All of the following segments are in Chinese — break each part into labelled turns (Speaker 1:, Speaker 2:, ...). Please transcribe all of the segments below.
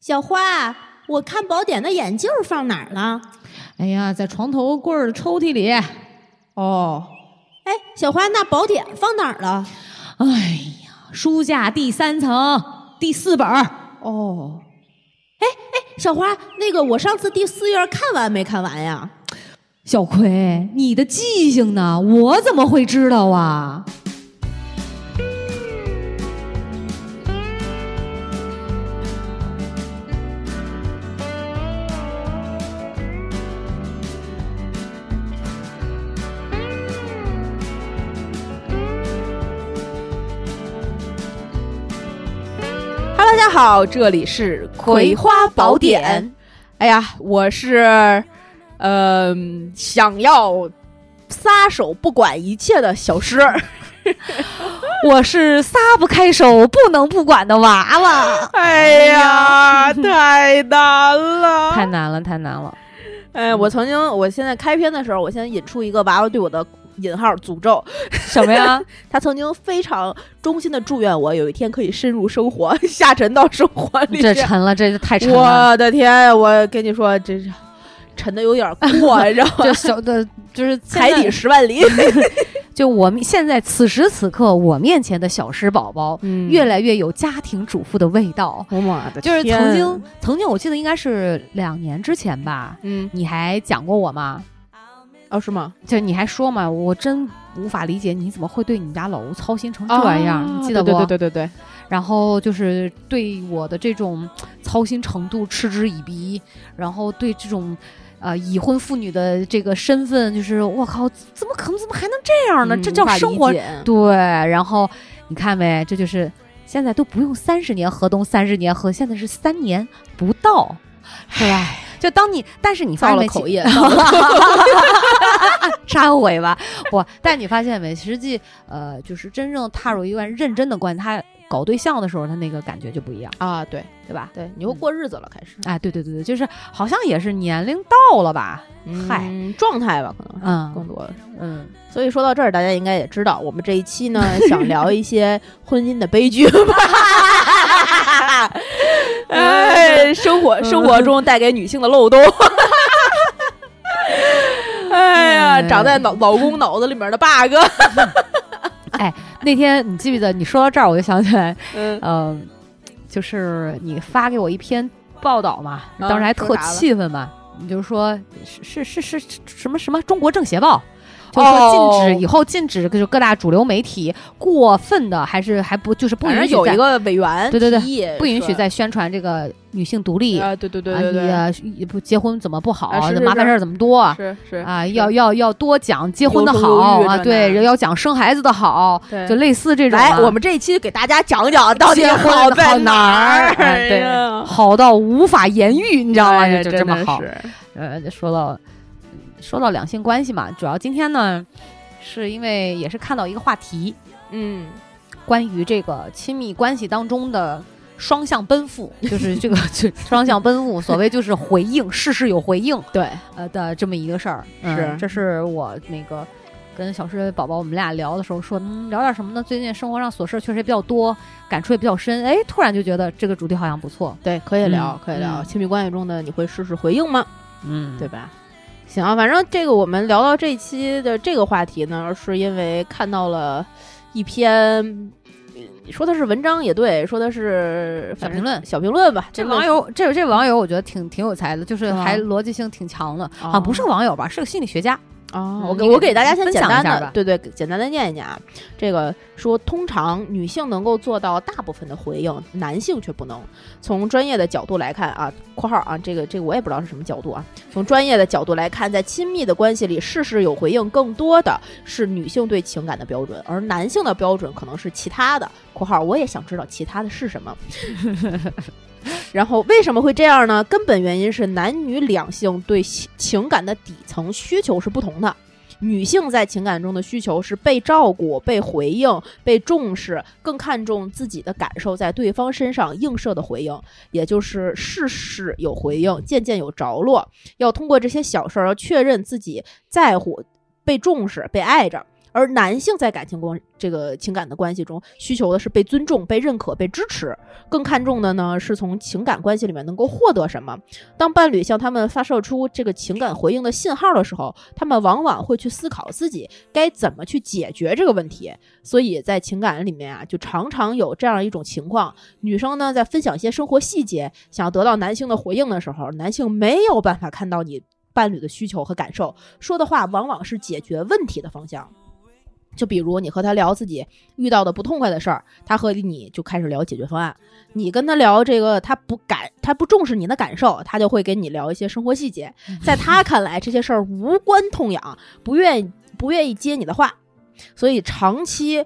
Speaker 1: 小花，我看宝典的眼镜放哪儿了？
Speaker 2: 哎呀，在床头柜儿的抽屉里。哎哦，
Speaker 1: 哎，小花，那宝典放哪儿了？
Speaker 2: 哎呀，书架第三层第四本儿。
Speaker 1: 哦，哎哎，小花，那个我上次第四页看完没看完呀？
Speaker 2: 小葵，你的记性呢？我怎么会知道啊？
Speaker 3: Hello，大家好，这里是《葵花宝典》。哎呀，我是，呃，想要撒手不管一切的小诗。
Speaker 2: 我是撒不开手、不能不管的娃娃，
Speaker 3: 哎呀，太难 了！
Speaker 2: 太难了，太难了。
Speaker 3: 哎，
Speaker 2: 嗯
Speaker 3: 我曾经，我现在开篇的时候，我先引出一个娃娃对我的引号诅咒。
Speaker 2: 什么 呀？
Speaker 3: 他曾经非常衷心的祝愿我有一天可以深入生活， 下沉到生活里
Speaker 2: 这
Speaker 3: 面。
Speaker 2: 沉了，这太沉了。
Speaker 3: 我的天！我跟你说，这是沉的有点过，你知道吗？
Speaker 2: 这小的，就是现在
Speaker 3: 海底十万里。
Speaker 2: 就我们现在此时此刻，我面前的小石宝宝
Speaker 3: 嗯
Speaker 2: 越来越有家庭主妇的味道。
Speaker 3: 我妈的
Speaker 2: 就是曾经，曾经我记得应该是两年之前吧，
Speaker 3: 嗯，
Speaker 2: 你还讲过我吗？
Speaker 3: 哦，是吗？
Speaker 2: 就你还说嘛，我真无法理解你怎么会对你们家老吴操心成这样，
Speaker 3: 啊
Speaker 2: 你记得不？
Speaker 3: 对对对对对，
Speaker 2: 然后就是对我的这种操心程度嗤之以鼻，然后对这种呃已婚妇女的这个身份，就是我靠，怎么可能，怎么还能这样呢？
Speaker 3: 嗯
Speaker 2: 这叫生。
Speaker 3: 无法
Speaker 2: 活
Speaker 3: 理。解
Speaker 2: 对，然后你看没，这就是现在都不用三十年河东三十年河，现在是三年不到，是吧？就当你，但是你发
Speaker 1: 到了
Speaker 2: 现没
Speaker 1: 口
Speaker 2: 其
Speaker 1: 音，
Speaker 2: 忏悔吧，我。但你发现没，实际呃，就是真正踏入一段认真的关系，他搞对象的时候，他那个感觉就不一样，
Speaker 3: 啊，对
Speaker 2: 对吧？嗯
Speaker 3: 对，你又过日子了，开始。
Speaker 2: 哎，对对对对，就是好像也是年龄到了吧？嗨，
Speaker 3: 嗯，状态吧，可能是更
Speaker 2: 嗯
Speaker 3: 多。
Speaker 2: 嗯，
Speaker 3: 所以说到这儿，大家应该也知道，我们这一期 呢，想聊一些婚姻的悲剧 吧。哎，生活生活中带给女性的 漏洞。哎呀，长在脑老公脑子里面的 bug。
Speaker 2: 那天你记不记得你说到这儿，我就想起来，
Speaker 3: 嗯，
Speaker 2: 呃，就是你发给我一篇报道嘛，
Speaker 3: 啊
Speaker 2: 当时还特
Speaker 3: 说啥了
Speaker 2: 气愤嘛，你就说是是是是什么什么中国政协报。就说禁止、
Speaker 3: 哦
Speaker 2: 以后禁止，就是各大主流媒体过分的，还是还不就是不
Speaker 3: 反
Speaker 2: 允
Speaker 3: 正
Speaker 2: 许
Speaker 3: 有
Speaker 2: 在哎
Speaker 3: 一个委员
Speaker 2: 对对对
Speaker 3: 提议
Speaker 2: 不允许
Speaker 3: 说
Speaker 2: 再宣传这个女性独立
Speaker 3: 啊，对对对
Speaker 2: 啊
Speaker 3: 对对，
Speaker 2: 你也不结婚怎么不好，
Speaker 3: 啊是是
Speaker 2: 麻烦
Speaker 3: 是
Speaker 2: 事儿怎么多啊，
Speaker 3: 是是是
Speaker 2: 要要要多讲结婚的
Speaker 3: 有求有
Speaker 2: 好
Speaker 3: 欲
Speaker 2: 啊，
Speaker 3: 这
Speaker 2: 对，
Speaker 3: 那
Speaker 2: 要讲生孩子的好，
Speaker 3: 对
Speaker 2: 就类似这种啊、
Speaker 3: 来，我们这一期给大家讲讲到底
Speaker 2: 结婚
Speaker 3: 好在
Speaker 2: 好哪儿哎对
Speaker 3: 呀
Speaker 2: 好到无法言喻，你知道吗？
Speaker 3: 哎
Speaker 2: 就就这么好
Speaker 3: 真。的是
Speaker 2: 呃，说到说到两性关系嘛，主要今天呢，是因为也是看到一个话题，
Speaker 3: 嗯，
Speaker 2: 关于这个亲密关系当中的。双向奔 赴，就是这个就双向奔赴，所谓就是回应，事事有回应，
Speaker 3: 对，
Speaker 2: 呃的这么一个事儿。嗯
Speaker 3: 是
Speaker 2: 这是我那个跟小诗宝宝我们俩聊的时候说，嗯，聊点什么呢？最近生活上琐事确实也比较多，感触也比较深。哎，突然就觉得这个主题好像不错。
Speaker 3: 对，可以
Speaker 2: 嗯，
Speaker 3: 聊可以聊
Speaker 2: 嗯
Speaker 3: 亲密关系中的你会适时回应吗？
Speaker 2: 嗯
Speaker 3: 对，吧？行啊，反正这个我们聊到这一期的这个话题呢，是因为看到了一篇。呃说它是文章也对，说它是
Speaker 2: 小
Speaker 3: 反
Speaker 2: 评
Speaker 3: 正
Speaker 2: 论
Speaker 3: 小评论吧。
Speaker 2: 这
Speaker 3: 评论
Speaker 2: 网友，这这网友，我觉得挺挺有才的，就是
Speaker 3: 是吗
Speaker 2: 还逻辑性挺强的。
Speaker 3: 哦
Speaker 2: 啊，不是个网友吧，是个心理学家。
Speaker 3: 哦，
Speaker 2: 嗯
Speaker 3: 我给
Speaker 2: 你
Speaker 3: 我
Speaker 2: 给
Speaker 3: 给大家先
Speaker 2: 分
Speaker 3: 简
Speaker 2: 享一
Speaker 3: 单
Speaker 2: 下
Speaker 3: 的
Speaker 2: 吧
Speaker 3: 对对，简单的念一念啊。这个说，通常女性能够做到大部分的回应，男性却不能。从专业的角度来看啊（括号啊，这个这个我也不知道是什么角度啊），从专业的角度来看，在亲密的关系里，事事有回应更多的是女性对情感的标准，而男性的标准可能是其他的（括号我也想知道其他的是什么）。然后为什么会这样呢？根本原因是男女两性对情情感的底层需求是不同的。女性在情感中的需求是被照顾、被回应、被重视，更看重自己的感受在对方身上映射的回应，也就是事事有回应，件件有着落。要通过这些小事儿，要确认自己在乎、被重视、被爱着。而男性在感情关这个情感的关系中，需求的是被尊重、被认可、被支持，更看重的呢是从情感关系里面能够获得什么。当伴侣向他们发射出这个情感回应的信号的时候，他们往往会去思考自己该怎么去解决这个问题。所以在情感里面啊，就常常有这样一种情况：女生呢在分享一些生活细节，想要得到男性的回应的时候，男性没有办法看到你伴侣的需求和感受，说的话往往是解决问题的方向。就比如你和他聊自己遇到的不痛快的事儿，他和你就开始聊解决方案；你跟他聊这个，他不感，他不重视你的感受，他就会跟你聊一些生活细节。 在他看来，这些事儿无关痛痒，不愿意不愿意接你的话，所以长期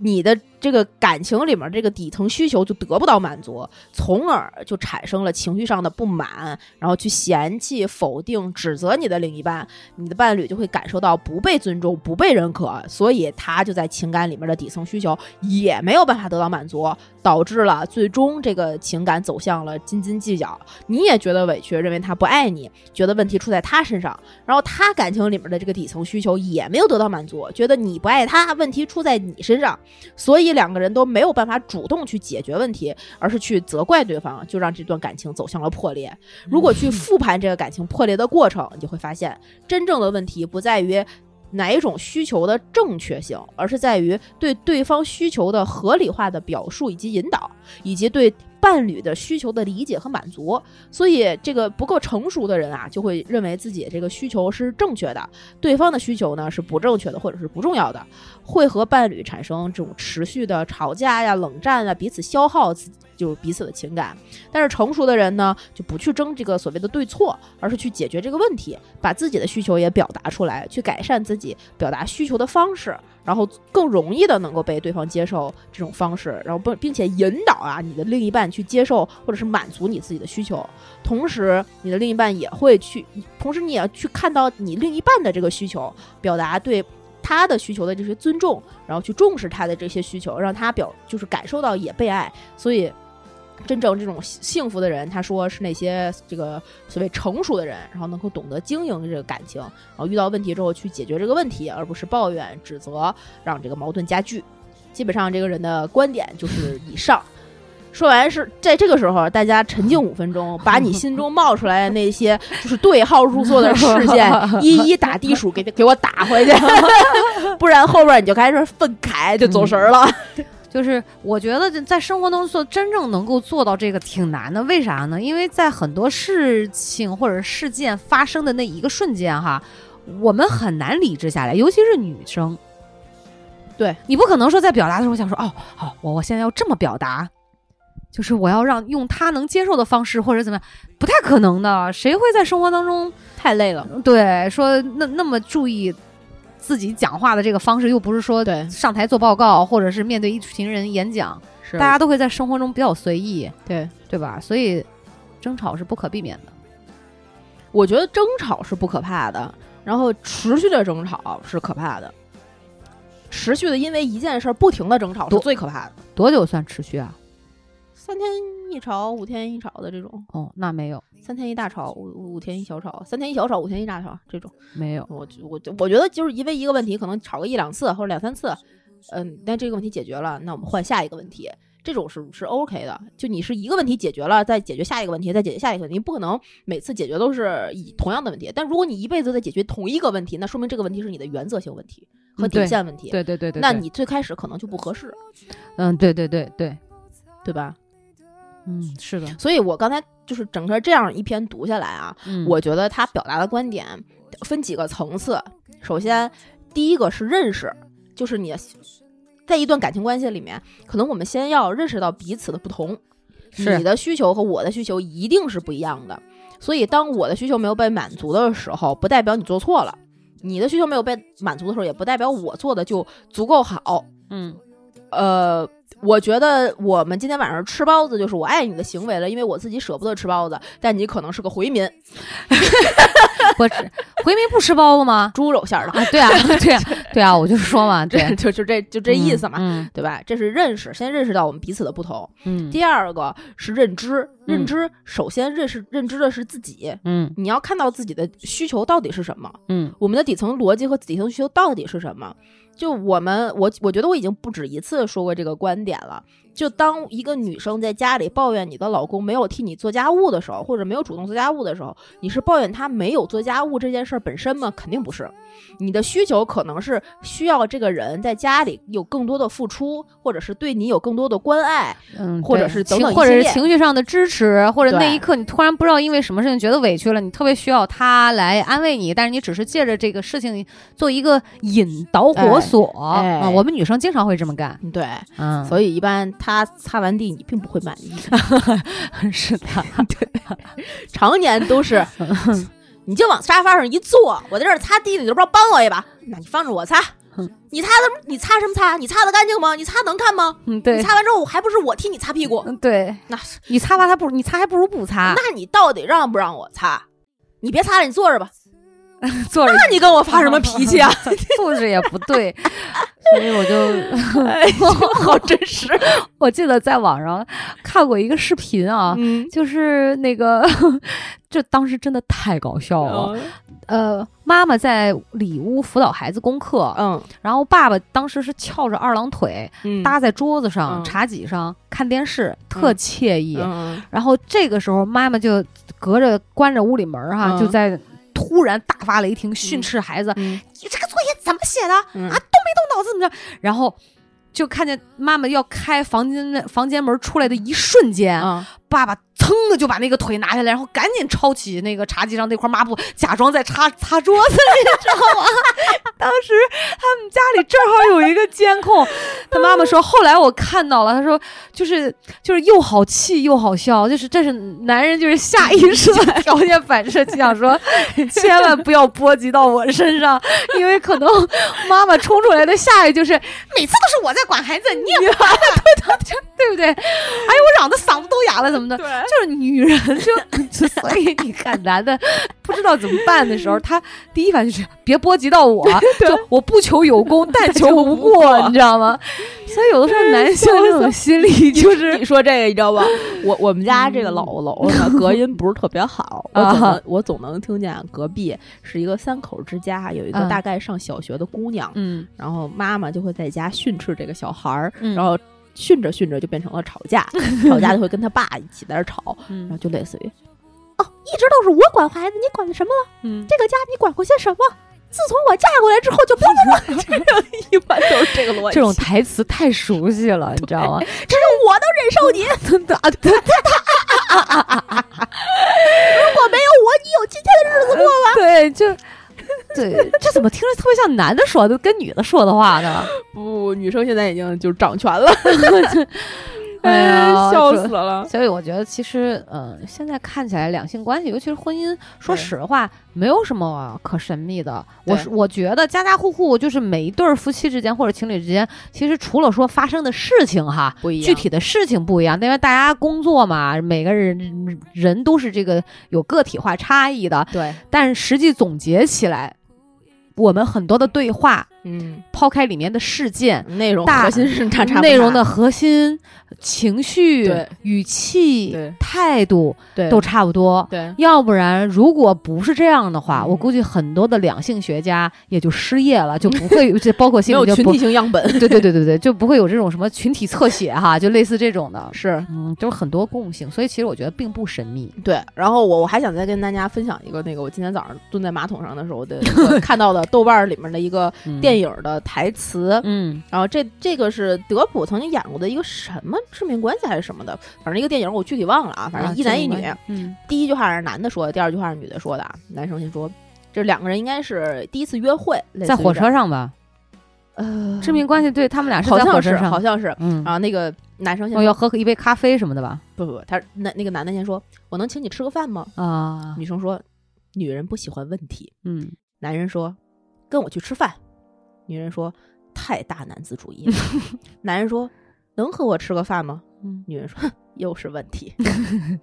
Speaker 3: 你的这个感情里面这个底层需求就得不到满足，从而就产生了情绪上的不满，然后去嫌弃、否定、指责你的另一半，你的伴侣就会感受到不被尊重、不被认可，所以他就在情感里面的底层需求也没有办法得到满足，导致了最终这个情感走向了斤斤计较。你也觉得委屈，认为他不爱你，觉得问题出在他身上，然后他感情里面的这个底层需求也没有得到满足，觉得你不爱他，问题出在你身上，所以两个人都没有办法主动去解决问题，而是去责怪对方，就让这段感情走向了破裂。如果去复盘这个感情破裂的过程，你就会发现，真正的问题不在于。哪一种需求的正确性，而是在于对对方需求的合理化的表述以及引导，以及对伴侣的需求的理解和满足。所以，这个不够成熟的人啊，就会认为自己这个需求是正确的，对方的需求呢是不正确的或者是不重要的，会和伴侣产生这种持续的吵架呀、冷战啊，彼此消耗自就是彼此的情感。但是成熟的人呢，就不去争这个所谓的对错，而是去解决这个问题，把自己的需求也表达出来，去改善自己表达需求的方式，然后更容易的能够被对方接受这种方式，然后并并且引导啊你的另一半去接受或者是满足你自己的需求，同时你的另一半也会去，同时你也要去看到你另一半的这个需求，表达对。他的需求的这些尊重，然后去重视他的这些需求，让他表就是感受到也被爱，所以真正这种幸幸福的人，他说是那些这个所谓成熟的人，然后能够懂得经营这个感情，然后遇到问题之后去解决这个问题，而不是抱怨、指责，让这个矛盾加剧。基本上这个人的观点就是以上。说完是在这个时候，大家沉静五分钟，把你心中冒出来的那些就是对号入座的事件一一打地鼠给给我打回去，不然后边你就开始愤慨，就走神儿了。
Speaker 2: 就是我觉得在生活当中做真正能够做到这个挺难的，为啥呢？因为在很多事情或者事件发生的那一个瞬间哈，我们很难理智下来，尤其是女生。
Speaker 3: 对
Speaker 2: 你不可能说在表达的时候想说哦，好，我我现在要这么表达，就是我要让用他能接受的方式或者怎么样，不太可能的。谁会在生活当中
Speaker 3: 太累了，
Speaker 2: 对说那那么注意自己讲话的这个方式，又不是说
Speaker 3: 对
Speaker 2: 上台做报告或者是面对一群人演讲，
Speaker 3: 是
Speaker 2: 大家都会在生活中比较随意，
Speaker 3: 对
Speaker 2: 对吧？所以争吵是不可避免的。
Speaker 3: 我觉得争吵是不可怕的，然后持续的争吵是可怕的。持续的因为一件事儿不停的争吵是
Speaker 2: 多
Speaker 3: 最可怕的，
Speaker 2: 多久算持续啊？
Speaker 3: 三天一吵，五天一吵的这种，
Speaker 2: 哦，那没有，
Speaker 3: 三天一大吵，五五五天一小吵，三天一小吵，五天一大吵这种。
Speaker 2: 没有。
Speaker 3: 我觉我觉我觉得就是因为一个问题，可能吵个一两次或者两三次，嗯，但这个问题解决了，那我们换下一个问题，这种是是 OK 的。就你是一个问题解决了，再解决下一个问题，再解决下一个问题，不可能每次解决都是以同样的问题。但如果你一辈子在解决同一个问题，那说明这个问题是你的原则性问题和
Speaker 2: 嗯对
Speaker 3: 底线问题。
Speaker 2: 对对对对，
Speaker 3: 那
Speaker 2: 对
Speaker 3: 你最开始可能就不合适，
Speaker 2: 嗯，对对对对，
Speaker 3: 对吧？
Speaker 2: 嗯，是的，
Speaker 3: 所以我刚才就是整个这样一篇读下来啊，
Speaker 2: 嗯，
Speaker 3: 我觉得他表达的观点分几个层次。首先，第一个是认识，就是你在一段感情关系里面，可能我们先要认识到彼此的不同，
Speaker 2: 是
Speaker 3: 你的需求和我的需求一定是不一样的。所以，当我的需求没有被满足的时候，不代表你做错了；你的需求没有被满足的时候，也不代表我做的就足够好。
Speaker 2: 嗯，
Speaker 3: 呃，我觉得我们今天晚上吃包子就是我爱你的行为了，因为我自己舍不得吃包子，但你可能是个回民。
Speaker 2: 我吃回民不吃包子吗？
Speaker 3: 猪肉馅儿的，
Speaker 2: 啊，对啊， 对啊，对啊，我就说嘛，
Speaker 3: 这
Speaker 2: 对，
Speaker 3: 就就这 就这意思嘛，
Speaker 2: 嗯
Speaker 3: 对吧？这是认识，先认识到我们彼此的不同。
Speaker 2: 嗯
Speaker 3: 第二个是认知，认知首先认识认知的是自己，
Speaker 2: 嗯
Speaker 3: 你要看到自己的需求到底是什么，
Speaker 2: 嗯
Speaker 3: 我们的底层逻辑和底层需求到底是什么。就我们，我我觉得我已经不止一次说过这个观点了。就当一个女生在家里抱怨你的老公没有替你做家务的时候，或者没有主动做家务的时候，你是抱怨他没有做家务这件事儿本身吗？肯定不是。你的需求可能是需要这个人在家里有更多的付出，或者是对你有更多的关爱，
Speaker 2: 嗯，
Speaker 3: 或者
Speaker 2: 对
Speaker 3: 是等
Speaker 2: 情
Speaker 3: 等一
Speaker 2: 或者
Speaker 3: 系
Speaker 2: 是
Speaker 3: 列
Speaker 2: 情绪上的支持，或者那
Speaker 3: 对
Speaker 2: 一刻你突然不知道因为什么事情觉得委屈了，你特别需要他来安慰你，但是你只是借着这个事情做一个引导火
Speaker 3: 哎
Speaker 2: 索、
Speaker 3: 哎
Speaker 2: 啊。我们女生经常会这么干，
Speaker 3: 对，
Speaker 2: 嗯，
Speaker 3: 所以一般他擦完地你并不会满 意，
Speaker 2: 是 的，
Speaker 3: 常年 都是，你就往沙发上一坐，我在这儿擦地呢，你就不知道帮我一把，那你放着我擦
Speaker 2: 嗯，
Speaker 3: 你擦的你擦什么擦？你擦的干净吗？你擦能看吗？
Speaker 2: 嗯，
Speaker 3: 你
Speaker 2: 对，
Speaker 3: 擦完之后还不是我替你擦屁股？
Speaker 2: 嗯对，
Speaker 3: 那
Speaker 2: 你擦吧，他不，你擦还不如不擦，
Speaker 3: 那你到底让不让我擦？你别擦了，你坐着吧。
Speaker 2: 坐着
Speaker 3: 那你跟我发什么脾气 啊？
Speaker 2: 素质也不 对，所以我就，
Speaker 3: 哎 好真实。
Speaker 2: 我记得在网上看过一个视频啊，
Speaker 3: 嗯，
Speaker 2: 就是那个， 这当时真的太搞笑
Speaker 3: 嗯
Speaker 2: 了。呃，妈妈在里屋辅导孩子功课，
Speaker 3: 嗯
Speaker 2: 然后爸爸当时是翘着二郎腿
Speaker 3: 嗯
Speaker 2: 搭在桌子上、
Speaker 3: 嗯
Speaker 2: 茶几上看电视，特
Speaker 3: 嗯
Speaker 2: 惬意。
Speaker 3: 嗯
Speaker 2: 然后这个时候，妈妈就隔着关着屋里门儿哈、
Speaker 3: 嗯
Speaker 2: 就在突然大发雷霆，训
Speaker 3: 嗯
Speaker 2: 斥孩子：“
Speaker 3: 嗯
Speaker 2: 你这个作业怎么写的？
Speaker 3: 嗯
Speaker 2: 啊，动脑子怎么着？”然后就看见妈妈要开房间房间门出来的一瞬间，
Speaker 3: 嗯
Speaker 2: 爸爸噌的就把那个腿拿下来，然后赶紧抄起那个茶几上那块抹布，假装在擦擦桌子，你知道吗？当时他们家里正好有一个监 控，他妈妈说，后来我看到了，他说就是就是又好气又好笑，就是这是男人就是下意识 的条件反射，就想 说千万不要波及到我身上，因为可能妈妈冲出来的下一句就是每次都是我在管孩子，你也 对对对对不 对？哎呦，我嚷的嗓子都哑了，怎么的？
Speaker 3: 对
Speaker 2: 就是女人就就所以你看男的不知道怎么办的时候，他第一反应就是别波及到 我，就我不求有功，但求无过，你知道吗？所以有的时候男性这种心理就是
Speaker 3: 你说这个你知 道吧？我我们家这个老楼呢，隔音不是特别 好，我总能我总能听见隔壁是一个三口之家，有一个
Speaker 2: 嗯
Speaker 3: 大概上小学的姑娘，
Speaker 2: 嗯
Speaker 3: 然后妈妈就会在家训斥这个小孩儿，
Speaker 2: 嗯
Speaker 3: 然后训着训着就变成了吵架， 吵架就会跟他爸一起在那儿吵，然后
Speaker 2: 嗯
Speaker 3: 就类似于。哦，一直都是我管孩子，你管什么了？
Speaker 2: 嗯，
Speaker 3: 这个家你管过些什么？自从我嫁过来之后就不不不，这 种一般都是这个逻辑。
Speaker 2: 这种台词太熟悉了，你知道吗？
Speaker 3: 这是我都忍受你，
Speaker 2: 真的啊，对
Speaker 3: 我没有我，你有今天的日子过吗？
Speaker 2: 对，就对，这怎么听着特别像男的说的，跟女的说的话呢？
Speaker 3: 不，女生现在已经就掌权了，
Speaker 2: 哎 呀
Speaker 3: 笑死了。
Speaker 2: 所以我觉得，其实，呃，现在看起来两性关系，尤其是婚姻，说实话，没有什么可神秘的。我
Speaker 3: 对
Speaker 2: 是我觉得，家家户户就是每一对儿夫妻之间或者情侣之间，其实除了说发生的事情哈，
Speaker 3: 不一样
Speaker 2: 具体的事情不一样，因为大家工作嘛，每个人人都是这个有个体化差异的，
Speaker 3: 对，
Speaker 2: 但实际总结起来，我们很多的对话，
Speaker 3: 嗯，
Speaker 2: 抛开里面的事件，
Speaker 3: 内容
Speaker 2: 大
Speaker 3: 核心是差差不
Speaker 2: 内
Speaker 3: 差
Speaker 2: 容的核心、情绪
Speaker 3: 对、
Speaker 2: 语气
Speaker 3: 对、
Speaker 2: 态度
Speaker 3: 对
Speaker 2: 都差不多。
Speaker 3: 对
Speaker 2: 要不然，如果不是这样的话，
Speaker 3: 嗯
Speaker 2: 我估计很多的两性学家也就失业了，就不会 这包括
Speaker 3: 没
Speaker 2: 心
Speaker 3: 有
Speaker 2: 理就
Speaker 3: 群
Speaker 2: 不
Speaker 3: 体性 样本
Speaker 2: 对对对对对，就不会有这种什么群体侧写哈，就类似这种的，
Speaker 3: 是
Speaker 2: 嗯，就是很多共性，所以其实我觉得并不神秘。
Speaker 3: 对。然后我我还想再跟大家分享一个那个我今天早上蹲在马桶上的时候的 我看到的豆瓣儿里面的一个
Speaker 2: 嗯
Speaker 3: 电影的台词，
Speaker 2: 嗯
Speaker 3: 然后这这个是德普曾经演过的一个什么致命关系还是什么的，反正一个电影我具体忘了啊，反
Speaker 2: 啊
Speaker 3: 正一男一女，
Speaker 2: 这种关系嗯
Speaker 3: 第一句话是男的说的，第二句话是女的说的啊。男生先说，这两个人应该是第一次约会，类似
Speaker 2: 在
Speaker 3: 于
Speaker 2: 火
Speaker 3: 这
Speaker 2: 车
Speaker 3: 样，
Speaker 2: 上吧，
Speaker 3: 呃，
Speaker 2: 致命关系对他们俩是
Speaker 3: 好
Speaker 2: 在火
Speaker 3: 像
Speaker 2: 车
Speaker 3: 是
Speaker 2: 上，
Speaker 3: 好像啊是。
Speaker 2: 嗯，
Speaker 3: 然后那个男生先
Speaker 2: 我
Speaker 3: 说，
Speaker 2: 要喝一杯咖啡什么的吧，
Speaker 3: 不不不，他那那个男的先说，我能请你吃个饭吗？
Speaker 2: 啊，
Speaker 3: 女生说，女人不喜欢问题。
Speaker 2: 嗯，
Speaker 3: 男人说：“跟我去吃饭。”女人说：“太大男子主 义了。”男人说：“能和我吃个饭吗
Speaker 2: 嗯？”
Speaker 3: 女人说哼：“又是问题。”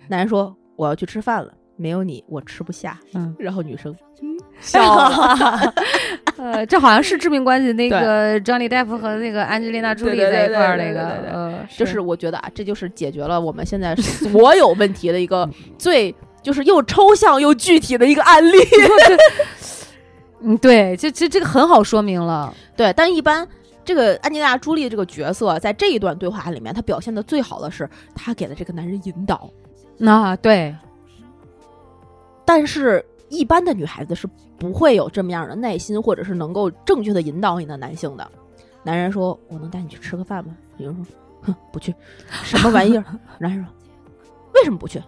Speaker 3: 男人说：“我要去吃饭了。”没有你我吃不下。
Speaker 2: 嗯，
Speaker 3: 然后 女生
Speaker 2: 笑了。 呃，这好像是《致命关系》那
Speaker 3: 对
Speaker 2: 个 Johnny Depp 和那个安吉丽娜·朱莉
Speaker 3: 对对
Speaker 2: 在一
Speaker 3: 对
Speaker 2: 块儿
Speaker 3: 对
Speaker 2: 那
Speaker 3: 对
Speaker 2: 个
Speaker 3: 对对，
Speaker 2: 呃，
Speaker 3: 就是我觉得啊，这就是解决了我们现在所有问题的 一个最就是又抽象又具体的一个案例。
Speaker 2: 嗯，对，这这这个很好说明了。
Speaker 3: 对，但一般这个安吉拉·朱莉这个角色在这一段对话里面，她表现的最好的是她给了这个男人引导，嗯
Speaker 2: 那、啊对，
Speaker 3: 但是一般的女孩子是不会有这么样的耐心，或者是能够正确的引导你的男性的。男人说：“我能带你去吃个饭吗？”女人说：“哼，不去，什么玩意儿？”男人说：“为什么不去？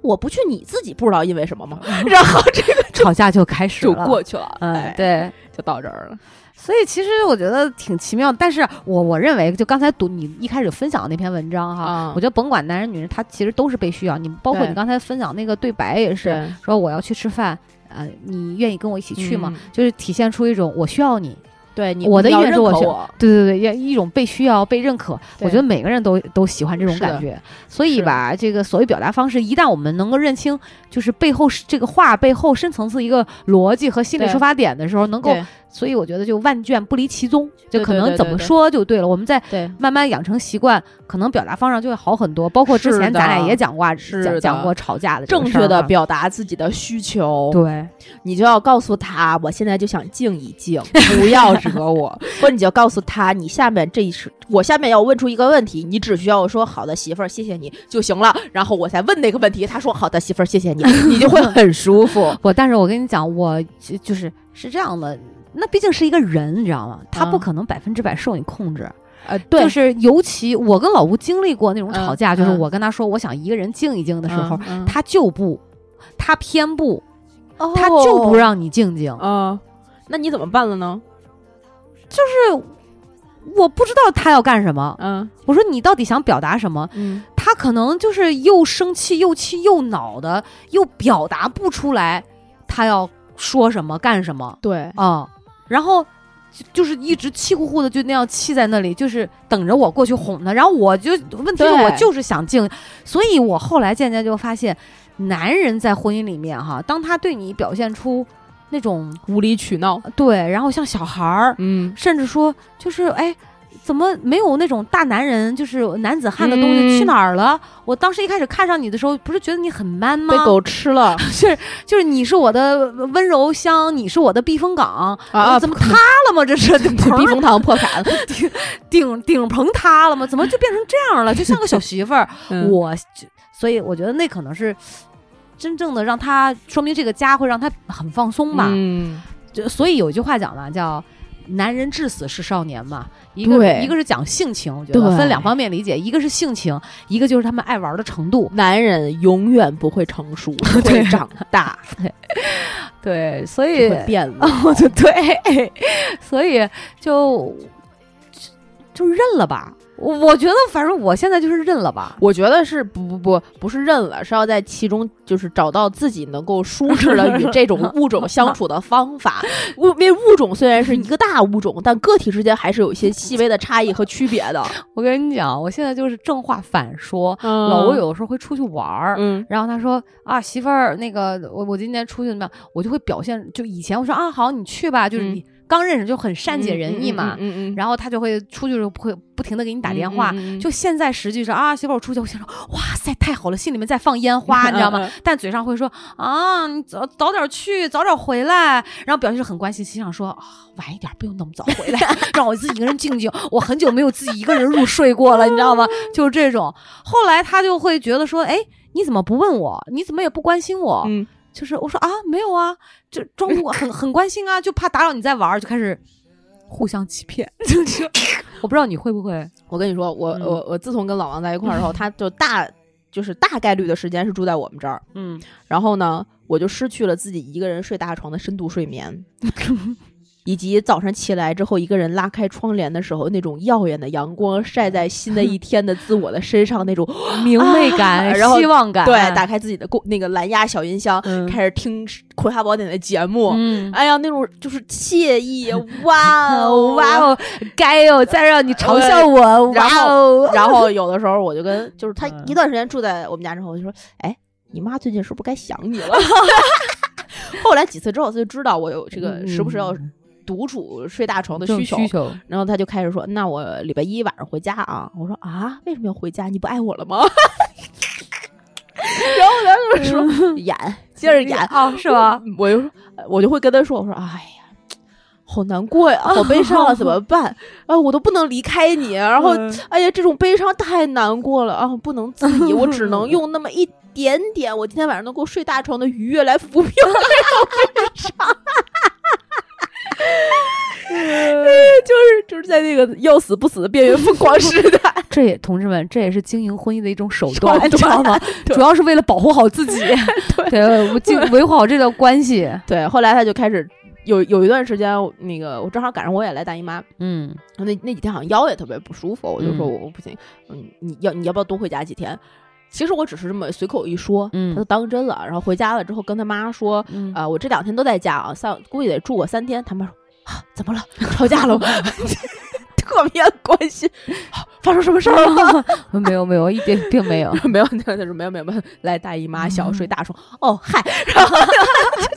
Speaker 3: 我不去，你自己不知道因为什么吗？” 然后这个
Speaker 2: 吵架就开始
Speaker 3: 就
Speaker 2: 嗯了。
Speaker 3: 过去了，嗯
Speaker 2: 嗯
Speaker 3: 哎，，
Speaker 2: 对，
Speaker 3: 就到这儿了。
Speaker 2: 所以其实我觉得挺奇妙，但是我我认为，就刚才读你一开始分享的那篇文章哈，
Speaker 3: 嗯
Speaker 2: 我觉得甭管男人女人，他其实都是被需要。你包括
Speaker 3: 对
Speaker 2: 你刚才分享那个对白也是，
Speaker 3: 对
Speaker 2: 说我要去吃饭，呃，你愿意跟我一起去吗？
Speaker 3: 嗯
Speaker 2: 就是体现出一种我需要你，
Speaker 3: 对你，
Speaker 2: 我的
Speaker 3: 你要
Speaker 2: 意愿是
Speaker 3: 认
Speaker 2: 我
Speaker 3: 可
Speaker 2: 选
Speaker 3: 我
Speaker 2: 对对对，要一种被需要、被认可。
Speaker 3: 对
Speaker 2: 我觉得每个人都都喜欢这种
Speaker 3: 是的
Speaker 2: 感觉，所以
Speaker 3: 是
Speaker 2: 吧，这个所谓表达方式，一旦我们能够认清，就是背后是这个话背后深层次一个逻辑和心理
Speaker 3: 对
Speaker 2: 出发点的时候，能够，
Speaker 3: 对
Speaker 2: 所以我觉得就万卷不离其宗，就
Speaker 3: 对
Speaker 2: 可
Speaker 3: 对
Speaker 2: 能
Speaker 3: 对
Speaker 2: 怎
Speaker 3: 对
Speaker 2: 么
Speaker 3: 对
Speaker 2: 说就对了。我们在
Speaker 3: 对
Speaker 2: 慢慢养成习惯，可能表达方式上就会好很多。包括之
Speaker 3: 是
Speaker 2: 前
Speaker 3: 的
Speaker 2: 咱俩也讲过啊，
Speaker 3: 是
Speaker 2: 讲
Speaker 3: 的
Speaker 2: 讲过吵架的这
Speaker 3: 正
Speaker 2: 个事
Speaker 3: 确
Speaker 2: 儿
Speaker 3: 的
Speaker 2: 哈
Speaker 3: 表达自己的需求，
Speaker 2: 对，。
Speaker 3: 你就要告诉他，我现在就想静一静，不要惹 我，或者你就告诉他，你下面这一是我下面要问出一个问题，你只需要说好的媳妇儿，谢谢你就行了，然后我才问那个问题，他说好的媳妇儿，谢谢 你，你就会很舒服
Speaker 2: 我但是我跟你讲，我就就是是这样的。那毕竟是一个人，你知道吗？他不
Speaker 3: 嗯
Speaker 2: 可能百分之百受你控制。
Speaker 3: 呃，
Speaker 2: 就
Speaker 3: 对，
Speaker 2: 是尤其我跟老吴经历过那种吵架，
Speaker 3: 嗯
Speaker 2: 就是
Speaker 3: 嗯
Speaker 2: 我跟他说我想一个人静一静的时候，
Speaker 3: 嗯
Speaker 2: 他就不，他偏不，
Speaker 3: 哦
Speaker 2: 他就不让你静静。
Speaker 3: 啊，那你怎么办了呢？
Speaker 2: 就是我不知道他要干什么。
Speaker 3: 嗯
Speaker 2: 我说你到底想表达什么？
Speaker 3: 嗯，
Speaker 2: 他可能就是又生气又气又恼的，又表达不出来他要说什么干什么
Speaker 3: 对，
Speaker 2: 啊、然后。就就是一直气呼呼的，就那样气在那里，就是等着我过去哄他。然后我就问题是，
Speaker 3: 对
Speaker 2: 我就是想静，所以我后来渐渐就发现，男人在婚姻里面哈，当他对你表现出那种
Speaker 3: 无理取闹，
Speaker 2: 对，然后像小孩儿，
Speaker 3: 嗯，
Speaker 2: 甚至说就是哎，怎么没有那种大男人，就是男子汉的东西
Speaker 3: 嗯
Speaker 2: 去哪儿了？我当时一开始看上你的时候，不是觉得你很 man 吗
Speaker 3: 被？狗吃了
Speaker 2: 就是就是你是我的温柔乡，你是我的避风港，
Speaker 3: 啊，
Speaker 2: 哎怎么
Speaker 3: 不
Speaker 2: 塌
Speaker 3: 可能
Speaker 2: 了吗？ 这是顶棚
Speaker 3: 避风塘破产了？
Speaker 2: 顶顶棚塌了吗？怎么就变成这样了？就像个小媳妇 儿，
Speaker 3: 我
Speaker 2: 我就所以我觉得那可能是。真正的让他说明这个家会让他很放松吧，
Speaker 3: 嗯，
Speaker 2: 就所以有一句话讲嘛，叫“男人至死是少年”嘛。一个
Speaker 3: 对
Speaker 2: 一个是讲性情，我觉得
Speaker 3: 对
Speaker 2: 分两方面理解，一个是性情，一个就是他们爱玩的程度。
Speaker 3: 男人永远不会成 熟，只会长大，
Speaker 2: 对，所
Speaker 3: 只
Speaker 2: 以
Speaker 3: 会变 老。
Speaker 2: 哦对对，所以就就认了吧。我我觉得，反正我现在就是认了吧。
Speaker 3: 我觉得是不不不不是认了，是要在其中就是找到自己能够舒适的与 这种物种相处的方法。物因为物种虽然是一个大物种，但个体之间还是有一些细微的差异和区别的。
Speaker 2: 我跟你讲，我现在就是正话反说。老
Speaker 3: 老
Speaker 2: 吴有的时候会出去玩儿，
Speaker 3: 嗯
Speaker 2: 然后他说啊，媳妇儿，那个我我今天出去怎么样？我就会表现，就以前我说啊，好，你去吧，就是
Speaker 3: 嗯
Speaker 2: 你刚认识就很善解人意嘛。
Speaker 3: 嗯嗯，
Speaker 2: 然后他就会出去的时候会不停的给你打电话。就现在实际上啊，媳妇儿，我出去，我想说，哇塞，太好了，心里面在放烟 花，你知道吗？？但嘴上会说啊，你早早点去，早点回来，然后表现是很关心，心想说啊，晚一点不用那么早回来， 让我自己一个人静静。我很久没有自己一个人入睡过了，你知道 吗？就是这种。后来他就会觉得说，哎，你怎么不问我？你怎么也不关心我？
Speaker 3: 嗯
Speaker 2: 就是我说啊，没有啊，就装作我 很很关心啊，就怕打扰你在玩儿，就开始互相欺骗。 就是我不知道你会不会，
Speaker 3: 我跟你说，我
Speaker 2: 嗯
Speaker 3: 我我自从跟老王在一块儿之后，他就大就是大概率的时间是住在我们这儿。
Speaker 2: 嗯，
Speaker 3: 然后呢，我就失去了自己一个人睡大床的深度睡眠， 以及早上起来之后一个人拉开窗帘的时候那种耀眼的阳光晒在新的一天的自我的身上那 种
Speaker 2: 明媚感、
Speaker 3: 啊然后
Speaker 2: 希望感，
Speaker 3: 对，打开自己的公那个蓝牙小音箱，
Speaker 2: 嗯
Speaker 3: 开始听《葵花宝典》的节目。
Speaker 2: 嗯。
Speaker 3: 哎呀，那种就是惬意，哇 哦
Speaker 2: 哇
Speaker 3: 哇哦！
Speaker 2: 哦，该哦！再让你嘲笑我，
Speaker 3: 然
Speaker 2: 哇
Speaker 3: 后
Speaker 2: 哦！
Speaker 3: 然后有的时候我就跟就是他
Speaker 2: 嗯
Speaker 3: 一段时间住在我们家之后，我就说，哎，你妈最近是不是该想你了？ 后来几次之后，他就知道我有这个时不时要
Speaker 2: 嗯
Speaker 3: 独处睡大床的
Speaker 2: 这种
Speaker 3: 需求
Speaker 2: 需，求，
Speaker 3: 然后他就开始说：“那我礼拜一晚上回家啊。”我说：“啊，为什么要回家？你不爱我了吗？” 然后他就
Speaker 2: 嗯
Speaker 3: 说：“演，接着演
Speaker 2: 啊，是吧？？”
Speaker 3: 我就说，我就会跟他说：“我说，哎呀。”好难过呀，好悲伤啊，怎么办？啊，我都不能离开你，然后
Speaker 2: 嗯
Speaker 3: 哎呀，这种悲伤太难过了啊！不能自已，我只 能用那么一点点，我今天晚上能够睡大床的愉悦来抚平这种悲伤。 就是就是在那个要死不死的边缘疯狂时代，
Speaker 2: 啊这也同志们，这也是经营婚姻的一种手
Speaker 3: 手
Speaker 2: 段，
Speaker 3: 段
Speaker 2: 你知道吗？
Speaker 3: 对
Speaker 2: 主要是为了保护好自己， 对，我经维护好这段关系。
Speaker 3: 对，后来他就开始有有一段时间，那个我正好赶上我也来大姨妈，
Speaker 2: 嗯，
Speaker 3: 那那几天好像腰也特别不舒服，我就说
Speaker 2: 嗯
Speaker 3: 我我不行，嗯，你要你要不要多回家几天？其实我只是这么随口一说，
Speaker 2: 嗯
Speaker 3: 他就当真了。然后回家了之后跟他妈说，
Speaker 2: 嗯
Speaker 3: 啊、我这两天都在家啊，三估计得住个三天。他妈说啊，怎么了？吵架了吗？ 特别关心、啊发生什么事儿了？
Speaker 2: 没有没有，一点并没有。
Speaker 3: 没有，他说没有没有没有，来大姨妈小
Speaker 2: 嗯
Speaker 3: 睡大床。哦嗨，然后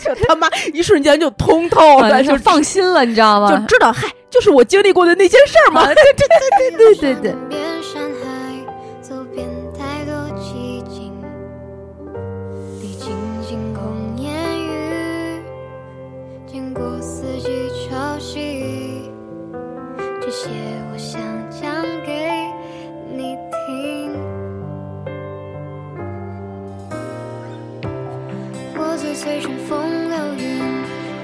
Speaker 3: 就 他妈一瞬间就通透
Speaker 2: 啊
Speaker 3: 了，
Speaker 2: 就
Speaker 3: 就是
Speaker 2: 放心了，你知道
Speaker 3: 就
Speaker 2: 吗？
Speaker 3: 知道嗨，就是我经历过的那些事儿
Speaker 2: 哎
Speaker 3: 嘛。
Speaker 2: 对对对，
Speaker 4: 边山海，走遍太多寂静，历经惊鸿烟雨，经过四季潮汐，这些我想讲给你听。我最随顺风流云，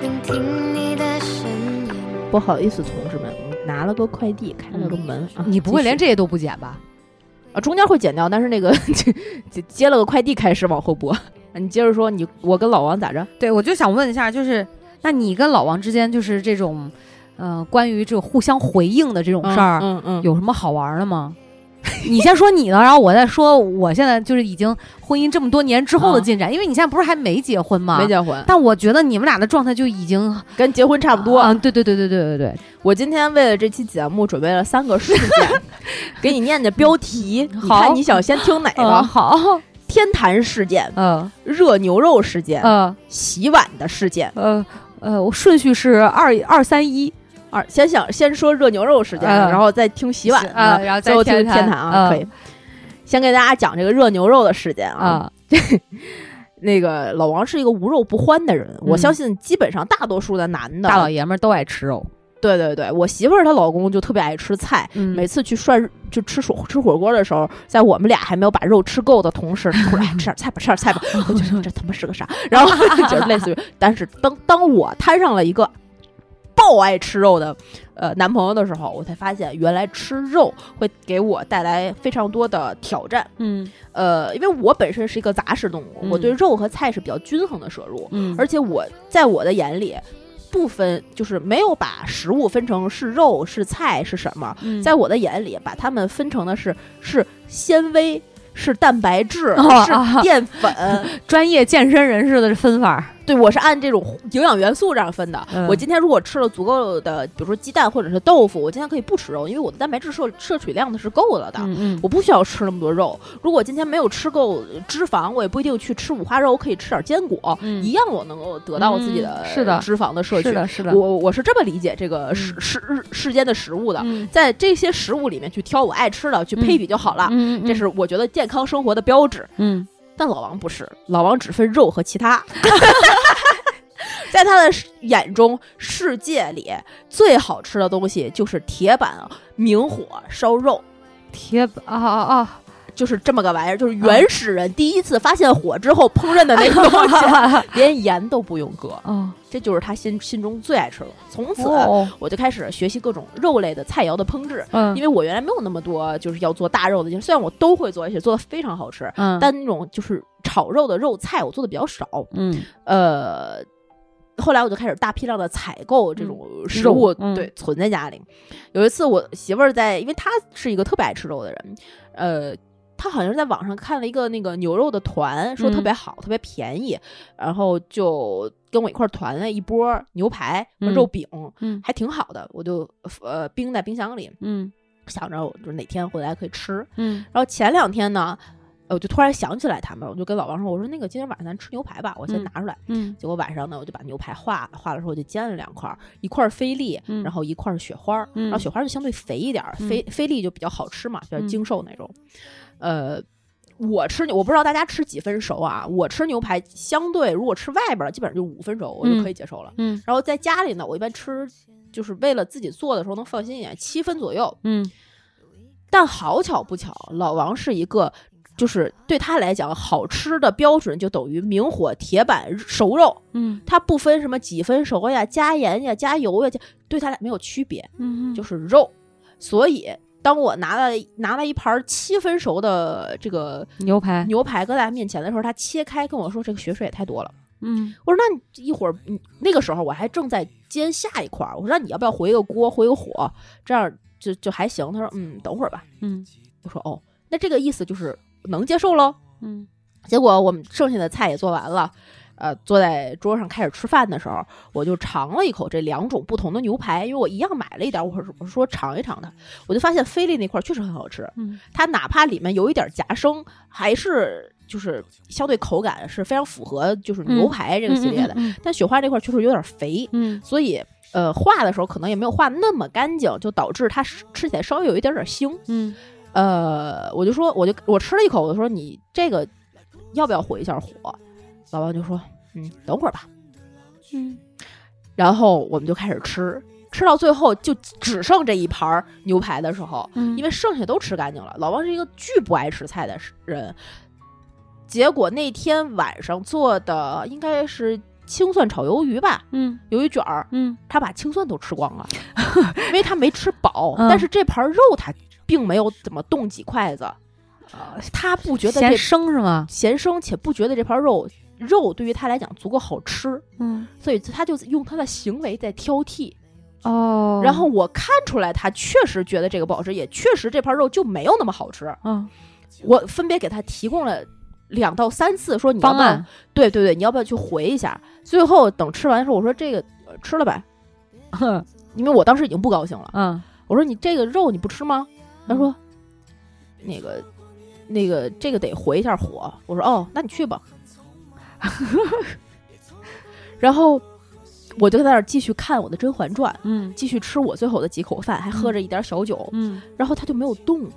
Speaker 4: 聆听你的声音。
Speaker 3: 不好意思，同志们，我们拿了个快递，开了个门啊。
Speaker 2: 你不会
Speaker 3: 继续
Speaker 2: 连这些都不剪吧？
Speaker 3: 啊，中间会剪掉，但是那个 接接了个快递开始往后播。啊你接着说，你我跟老王咋着？
Speaker 2: 对，我就想问一下，就是那你跟老王之间就是这种，呃，关于这种互相回应的这种事儿，
Speaker 3: 嗯嗯，
Speaker 2: 有什么好玩的吗？ 你先说你的，然后我再说我现在就是已经婚姻这么多年之后的进展，因为你现在不是还没结婚吗？
Speaker 3: 嗯没。结婚，
Speaker 2: 但我觉得你们俩的状态就已经
Speaker 3: 啊跟结婚差不多。
Speaker 2: 啊，对对对对对对对，
Speaker 3: 我今天为了这期节目准备了三个事 件，给你念念标题，你
Speaker 2: 好
Speaker 3: 看你想先听哪
Speaker 2: 嗯
Speaker 3: 个？
Speaker 2: 好，
Speaker 3: 天坛事件、
Speaker 2: 嗯
Speaker 3: 热牛肉事件、
Speaker 2: 呃
Speaker 3: 洗碗的事件。
Speaker 2: 呃呃，我顺序是二二三一
Speaker 3: 二先想先说热牛肉事件，
Speaker 2: 嗯
Speaker 3: 然后再听洗碗的，
Speaker 2: 啊，然后再
Speaker 3: 最后听天坛啊，
Speaker 2: 嗯
Speaker 3: 可以。先给大家讲这个热牛肉的事件啊，
Speaker 2: 啊，
Speaker 3: 那个老王是一个无肉不欢的人，我相信基本上大多数的男的，
Speaker 2: 大老爷们儿都爱吃肉，
Speaker 3: 对对对，我媳妇儿她老公就特别爱吃菜，
Speaker 2: 嗯
Speaker 3: 每次去涮就吃火吃火锅的时候，在我们俩还没有把肉吃够的同时，突然吃点菜吧，吃点菜吧，我就说这他妈是个啥？然后 就是类似于，但是当当我摊上了一个爆爱吃肉的呃男朋友的时候，我才发现原来吃肉会给我带来非常多的挑战。
Speaker 2: 嗯
Speaker 3: 呃，因为我本身是一个杂食动物，
Speaker 2: 嗯
Speaker 3: 我对肉和菜是比较均衡的摄入，
Speaker 2: 嗯，
Speaker 3: 而且我在我的眼里。不分就是没有把食物分成是肉是菜是什么，
Speaker 2: 嗯
Speaker 3: 在我的眼里，把它们分成的是是纤维、是蛋白质、
Speaker 2: 哦
Speaker 3: 是
Speaker 2: 啊
Speaker 3: 淀粉。
Speaker 2: 专业健身人士的分法儿，
Speaker 3: 对我是按这种营养元素这样分的。
Speaker 2: 嗯
Speaker 3: 我今天如果吃了足够的，比如说鸡蛋或者是豆腐，我今天可以不吃肉，因为我的蛋白质摄摄取量呢是够了的。
Speaker 2: 嗯
Speaker 3: 我不需要吃那么多肉。如果今天没有吃够呃脂肪，我也不一定去吃五花肉，我可以吃点坚果，
Speaker 2: 嗯
Speaker 3: 一样我能够得到我自己的
Speaker 2: 嗯是的
Speaker 3: 脂肪的摄
Speaker 2: 嗯，
Speaker 3: 取。
Speaker 2: 是的，是的，
Speaker 3: 我我是这么理解这个世
Speaker 2: 嗯
Speaker 3: 世世间的食物的，
Speaker 2: 嗯
Speaker 3: 在这些食物里面去挑我爱吃的去配比就好了，
Speaker 2: 嗯，嗯
Speaker 3: 这是我觉得健康生活的标志。
Speaker 2: 嗯
Speaker 3: 但老王不是，老王只分肉和 其他。在他的眼中，世界里最好吃的东西就是铁板明火烧肉，
Speaker 2: 铁板啊啊啊。
Speaker 3: 就是这么个玩意儿，就是
Speaker 2: 嗯
Speaker 3: 原始人第一次发现火之后烹饪的那个东 西，
Speaker 2: 啊
Speaker 3: 连盐都不用搁，
Speaker 2: 哦，
Speaker 3: 这就是他心心中最爱吃的。从此，
Speaker 2: 哦
Speaker 3: 我就开始学习各种肉类的菜肴的烹制，
Speaker 2: 嗯
Speaker 3: 因为我原来没有那么多就是要做大肉的经历，虽然我都会做，而且做的非常好吃，
Speaker 2: 嗯
Speaker 3: 但那种就是炒肉的肉菜我做的比较少。
Speaker 2: 嗯
Speaker 3: 呃，后来我就开始大批量的采购这种食
Speaker 2: 肉
Speaker 3: 物，
Speaker 2: 嗯
Speaker 3: 对，存在家里。有一次，我媳妇儿在，因为她是一个特别爱吃肉的人，呃。她好像是在网上看了一个那个牛肉的团，说特
Speaker 2: 嗯
Speaker 3: 别好，特别便宜，然后就跟我一块儿团了一波牛排、和
Speaker 2: 嗯
Speaker 3: 肉饼，
Speaker 2: 嗯
Speaker 3: 还挺好的，我就呃冰在冰箱里，
Speaker 2: 嗯
Speaker 3: 想着我就是哪天回来可以吃。
Speaker 2: 嗯
Speaker 3: 然后前两天呢，呃我就突然想起来他们，我就跟老王说，我说那个今天晚上咱吃牛排吧，我先
Speaker 2: 嗯
Speaker 3: 拿出来。
Speaker 2: 嗯
Speaker 3: 结果晚上呢，我就把牛排化了，化了之后我就煎了两块儿，一块儿菲力，
Speaker 2: 嗯
Speaker 3: 然后一块儿雪花儿，
Speaker 2: 嗯
Speaker 3: 然后雪花儿就相对肥一点儿，
Speaker 2: 嗯
Speaker 3: 菲菲力就比较好吃嘛，比较
Speaker 2: 嗯
Speaker 3: 精瘦那种。呃，我吃我不知道大家吃几分熟啊，我吃牛排相对如果吃外边儿基本上就五分熟，我就
Speaker 2: 嗯
Speaker 3: 可以接受了。
Speaker 2: 嗯
Speaker 3: 然后在家里呢，我一般吃就是为了自己做的时候能放心一点，七分左右。
Speaker 2: 嗯
Speaker 3: 但好巧不巧，老王是一个。就是对他来讲，好吃的标准就等于明火铁板熟肉，
Speaker 2: 嗯
Speaker 3: 它不分什么几分熟呀、加盐呀、加油呀，加对它俩没有区别，
Speaker 2: 嗯，
Speaker 3: 就是肉。所以，当我拿了拿了一盘七分熟的这个
Speaker 2: 牛排，
Speaker 3: 牛排搁在他面前的时候，他切开跟我说：“这个血水也太多了。
Speaker 2: 嗯”
Speaker 3: 我说：“那你一会儿，你那个时候我还正在煎下一块儿，我说那你要不要回个锅，回个火，这样就就还行。”他说：“嗯，等会儿吧。
Speaker 2: 嗯”
Speaker 3: 我说：“哦，那这个意思就是能接受喽。”
Speaker 2: 嗯
Speaker 3: 结果我们剩下的菜也做完了，呃，坐在桌上开始吃饭的时候，我就尝了一口这两种不同的牛排，因为我一样买了一点，我说我说尝一尝它，我就发现菲力那块儿确实很好吃，
Speaker 2: 嗯
Speaker 3: 它哪怕里面有一点夹生，还是就是相对口感是非常符合就是牛排这个系列的，
Speaker 2: 嗯
Speaker 3: 但雪花这块儿确实有点肥，
Speaker 2: 嗯
Speaker 3: 所以。呃，化的时候可能也没有化那么干净，就导致它吃吃起来稍微有一点点腥。
Speaker 2: 嗯
Speaker 3: 呃，我就说，我就我吃了一口，我就说你这个要不要回一下火？老王就说，嗯，等会儿吧。
Speaker 2: 嗯
Speaker 3: 然后我们就开始吃，吃到最后就只剩这一盘儿牛排的时候，
Speaker 2: 嗯，
Speaker 3: 因
Speaker 2: 为
Speaker 3: 为剩下都吃干净了。老王是一个巨不爱吃菜的人，结果那天晚上做的应该是青蒜炒鱿鱼吧，
Speaker 2: 嗯
Speaker 3: 鱿鱼卷儿，
Speaker 2: 嗯
Speaker 3: 他把青蒜都吃 光了，因为他没吃饱，
Speaker 2: 嗯
Speaker 3: 但是这盘肉他并没有怎么动几筷子，呃，他不觉得
Speaker 2: 嫌
Speaker 3: 这
Speaker 2: 生是吗？
Speaker 3: 咸生，且不觉得这盘肉肉对于他来讲足够好吃，
Speaker 2: 嗯
Speaker 3: 所以他就用他的行为在挑剔。
Speaker 2: 哦，
Speaker 3: 然后我看出来，他确实觉得这个不好吃，也确实这盘肉就没有那么好吃。
Speaker 2: 嗯
Speaker 3: 我分别给他提供了。两到三次说你要
Speaker 2: 方
Speaker 3: 不要
Speaker 2: 案，
Speaker 3: 对对对，你要不要去回一下？最后等吃完的时候，我说这个、呃吃了呗，因为我当时已经不高兴了。
Speaker 2: 嗯
Speaker 3: 我说你这个肉你不吃吗？他说，那个，那个这个得回一下火。我说哦，那你去吧。 然后我就在那儿继续看我的《甄嬛传》，
Speaker 2: 嗯
Speaker 3: 继续吃我最后的几口饭，还喝着一点小酒。
Speaker 2: 嗯
Speaker 3: 然后他就没有动，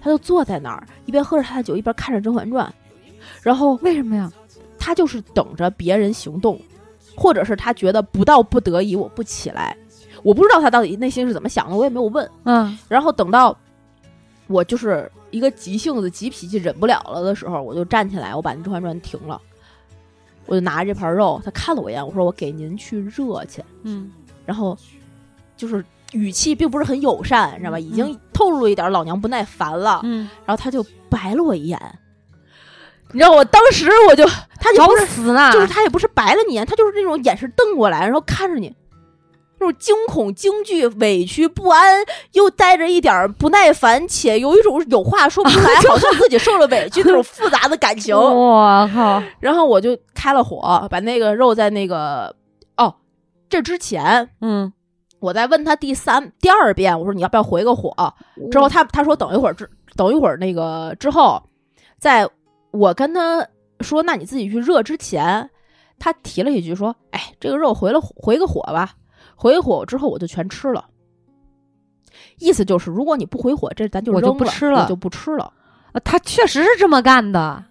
Speaker 3: 他就坐在那儿，一边喝着他的酒，一边看着《甄嬛传》。然后
Speaker 2: 为什么呀？
Speaker 3: 他就是等着别人行动，或者是他觉得不到不得已我不起来。我不知道他到底内心是怎么想的，我也没有问。
Speaker 2: 嗯
Speaker 3: 然后等到我就是一个急性子、急脾气，忍不了了的时候，我就站起来，我把那《甄嬛传》停了，我就拿着这盘肉，他看了我一眼，我说我给您去热去，
Speaker 2: 嗯
Speaker 3: 然后就是语气并不是很友善，知道吧？
Speaker 2: 嗯
Speaker 3: 已经透露一点老娘不耐烦了，
Speaker 2: 嗯，
Speaker 3: 然后他就白了我一眼，你知道我当时我就他就
Speaker 2: 找
Speaker 3: 不是
Speaker 2: 死呢，
Speaker 3: 就是他也不是白了你一啊眼，他就是那种眼神瞪过来，然后看着你，那种惊恐、惊惧、委屈、不安，又带着一点儿不耐烦，且有一种有话说不出来，好像自己受了委屈那种复杂的感情。
Speaker 2: 我靠，
Speaker 3: 然后我就开了火，把那个肉在那个哦，这之前
Speaker 2: 嗯，
Speaker 3: 我在问他第三第二遍，我说你要不要回个火？之后他他说等一会儿之等一会儿那个之后，在我跟他说那你自己去热之前，他提了一句说：“哎，这个肉回了火回个火吧，回火之后我就全吃了。”意思就是，如果你不回火，这咱就
Speaker 2: 我就
Speaker 3: 扔
Speaker 2: 不
Speaker 3: 了
Speaker 2: 吃
Speaker 3: 我
Speaker 2: 了
Speaker 3: 就不吃了。
Speaker 2: 啊他确实是这么干的，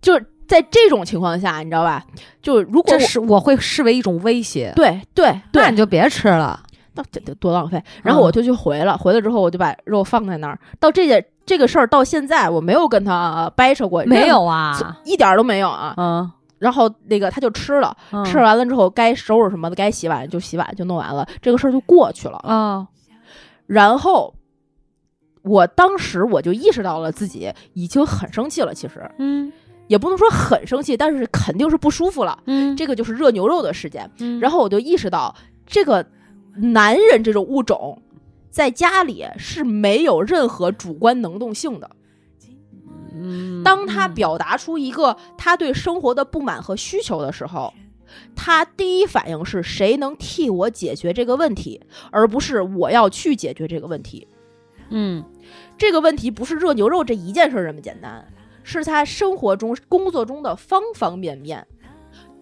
Speaker 3: 就是在这种情况下，你知道吧？就是如
Speaker 2: 这
Speaker 3: 果我
Speaker 2: 是我会视为一种威胁，
Speaker 3: 对对
Speaker 2: 那
Speaker 3: 对
Speaker 2: 你，就别吃了。
Speaker 3: 那这这多浪费。然
Speaker 2: 嗯
Speaker 3: 后我就去回了，回了之后我就把肉放在那儿。到这件这个事儿到现在，我没有跟他掰扯过，
Speaker 2: 没
Speaker 3: 任
Speaker 2: 有啊，
Speaker 3: 一点儿都没有啊。
Speaker 2: 嗯，
Speaker 3: 然后那个他就吃了，
Speaker 2: 嗯
Speaker 3: 吃完了之后该收拾什么的，该洗碗就洗碗，就弄完了，这个事儿就过去了。
Speaker 2: 啊，
Speaker 3: 然后我当时我就意识到了自己已经很生气了，其实
Speaker 2: 嗯
Speaker 3: 也不能说很生气，但是肯定是不舒服了。
Speaker 2: 嗯，
Speaker 3: 这个就是热牛肉的事件。
Speaker 2: 嗯
Speaker 3: 然后我就意识到，这个男人这种物种，在家里是没有任何主观能动性的。
Speaker 2: 嗯
Speaker 3: 当他
Speaker 2: 嗯
Speaker 3: 表达出一个他对生活的不满和需求的时候，他第一反应是谁能替我解决这个问题，而不是我要去解决这个问题。
Speaker 2: 嗯
Speaker 3: 这个问题不是热牛肉这一件事儿这么简单，是他生活中、工作中的方方面面，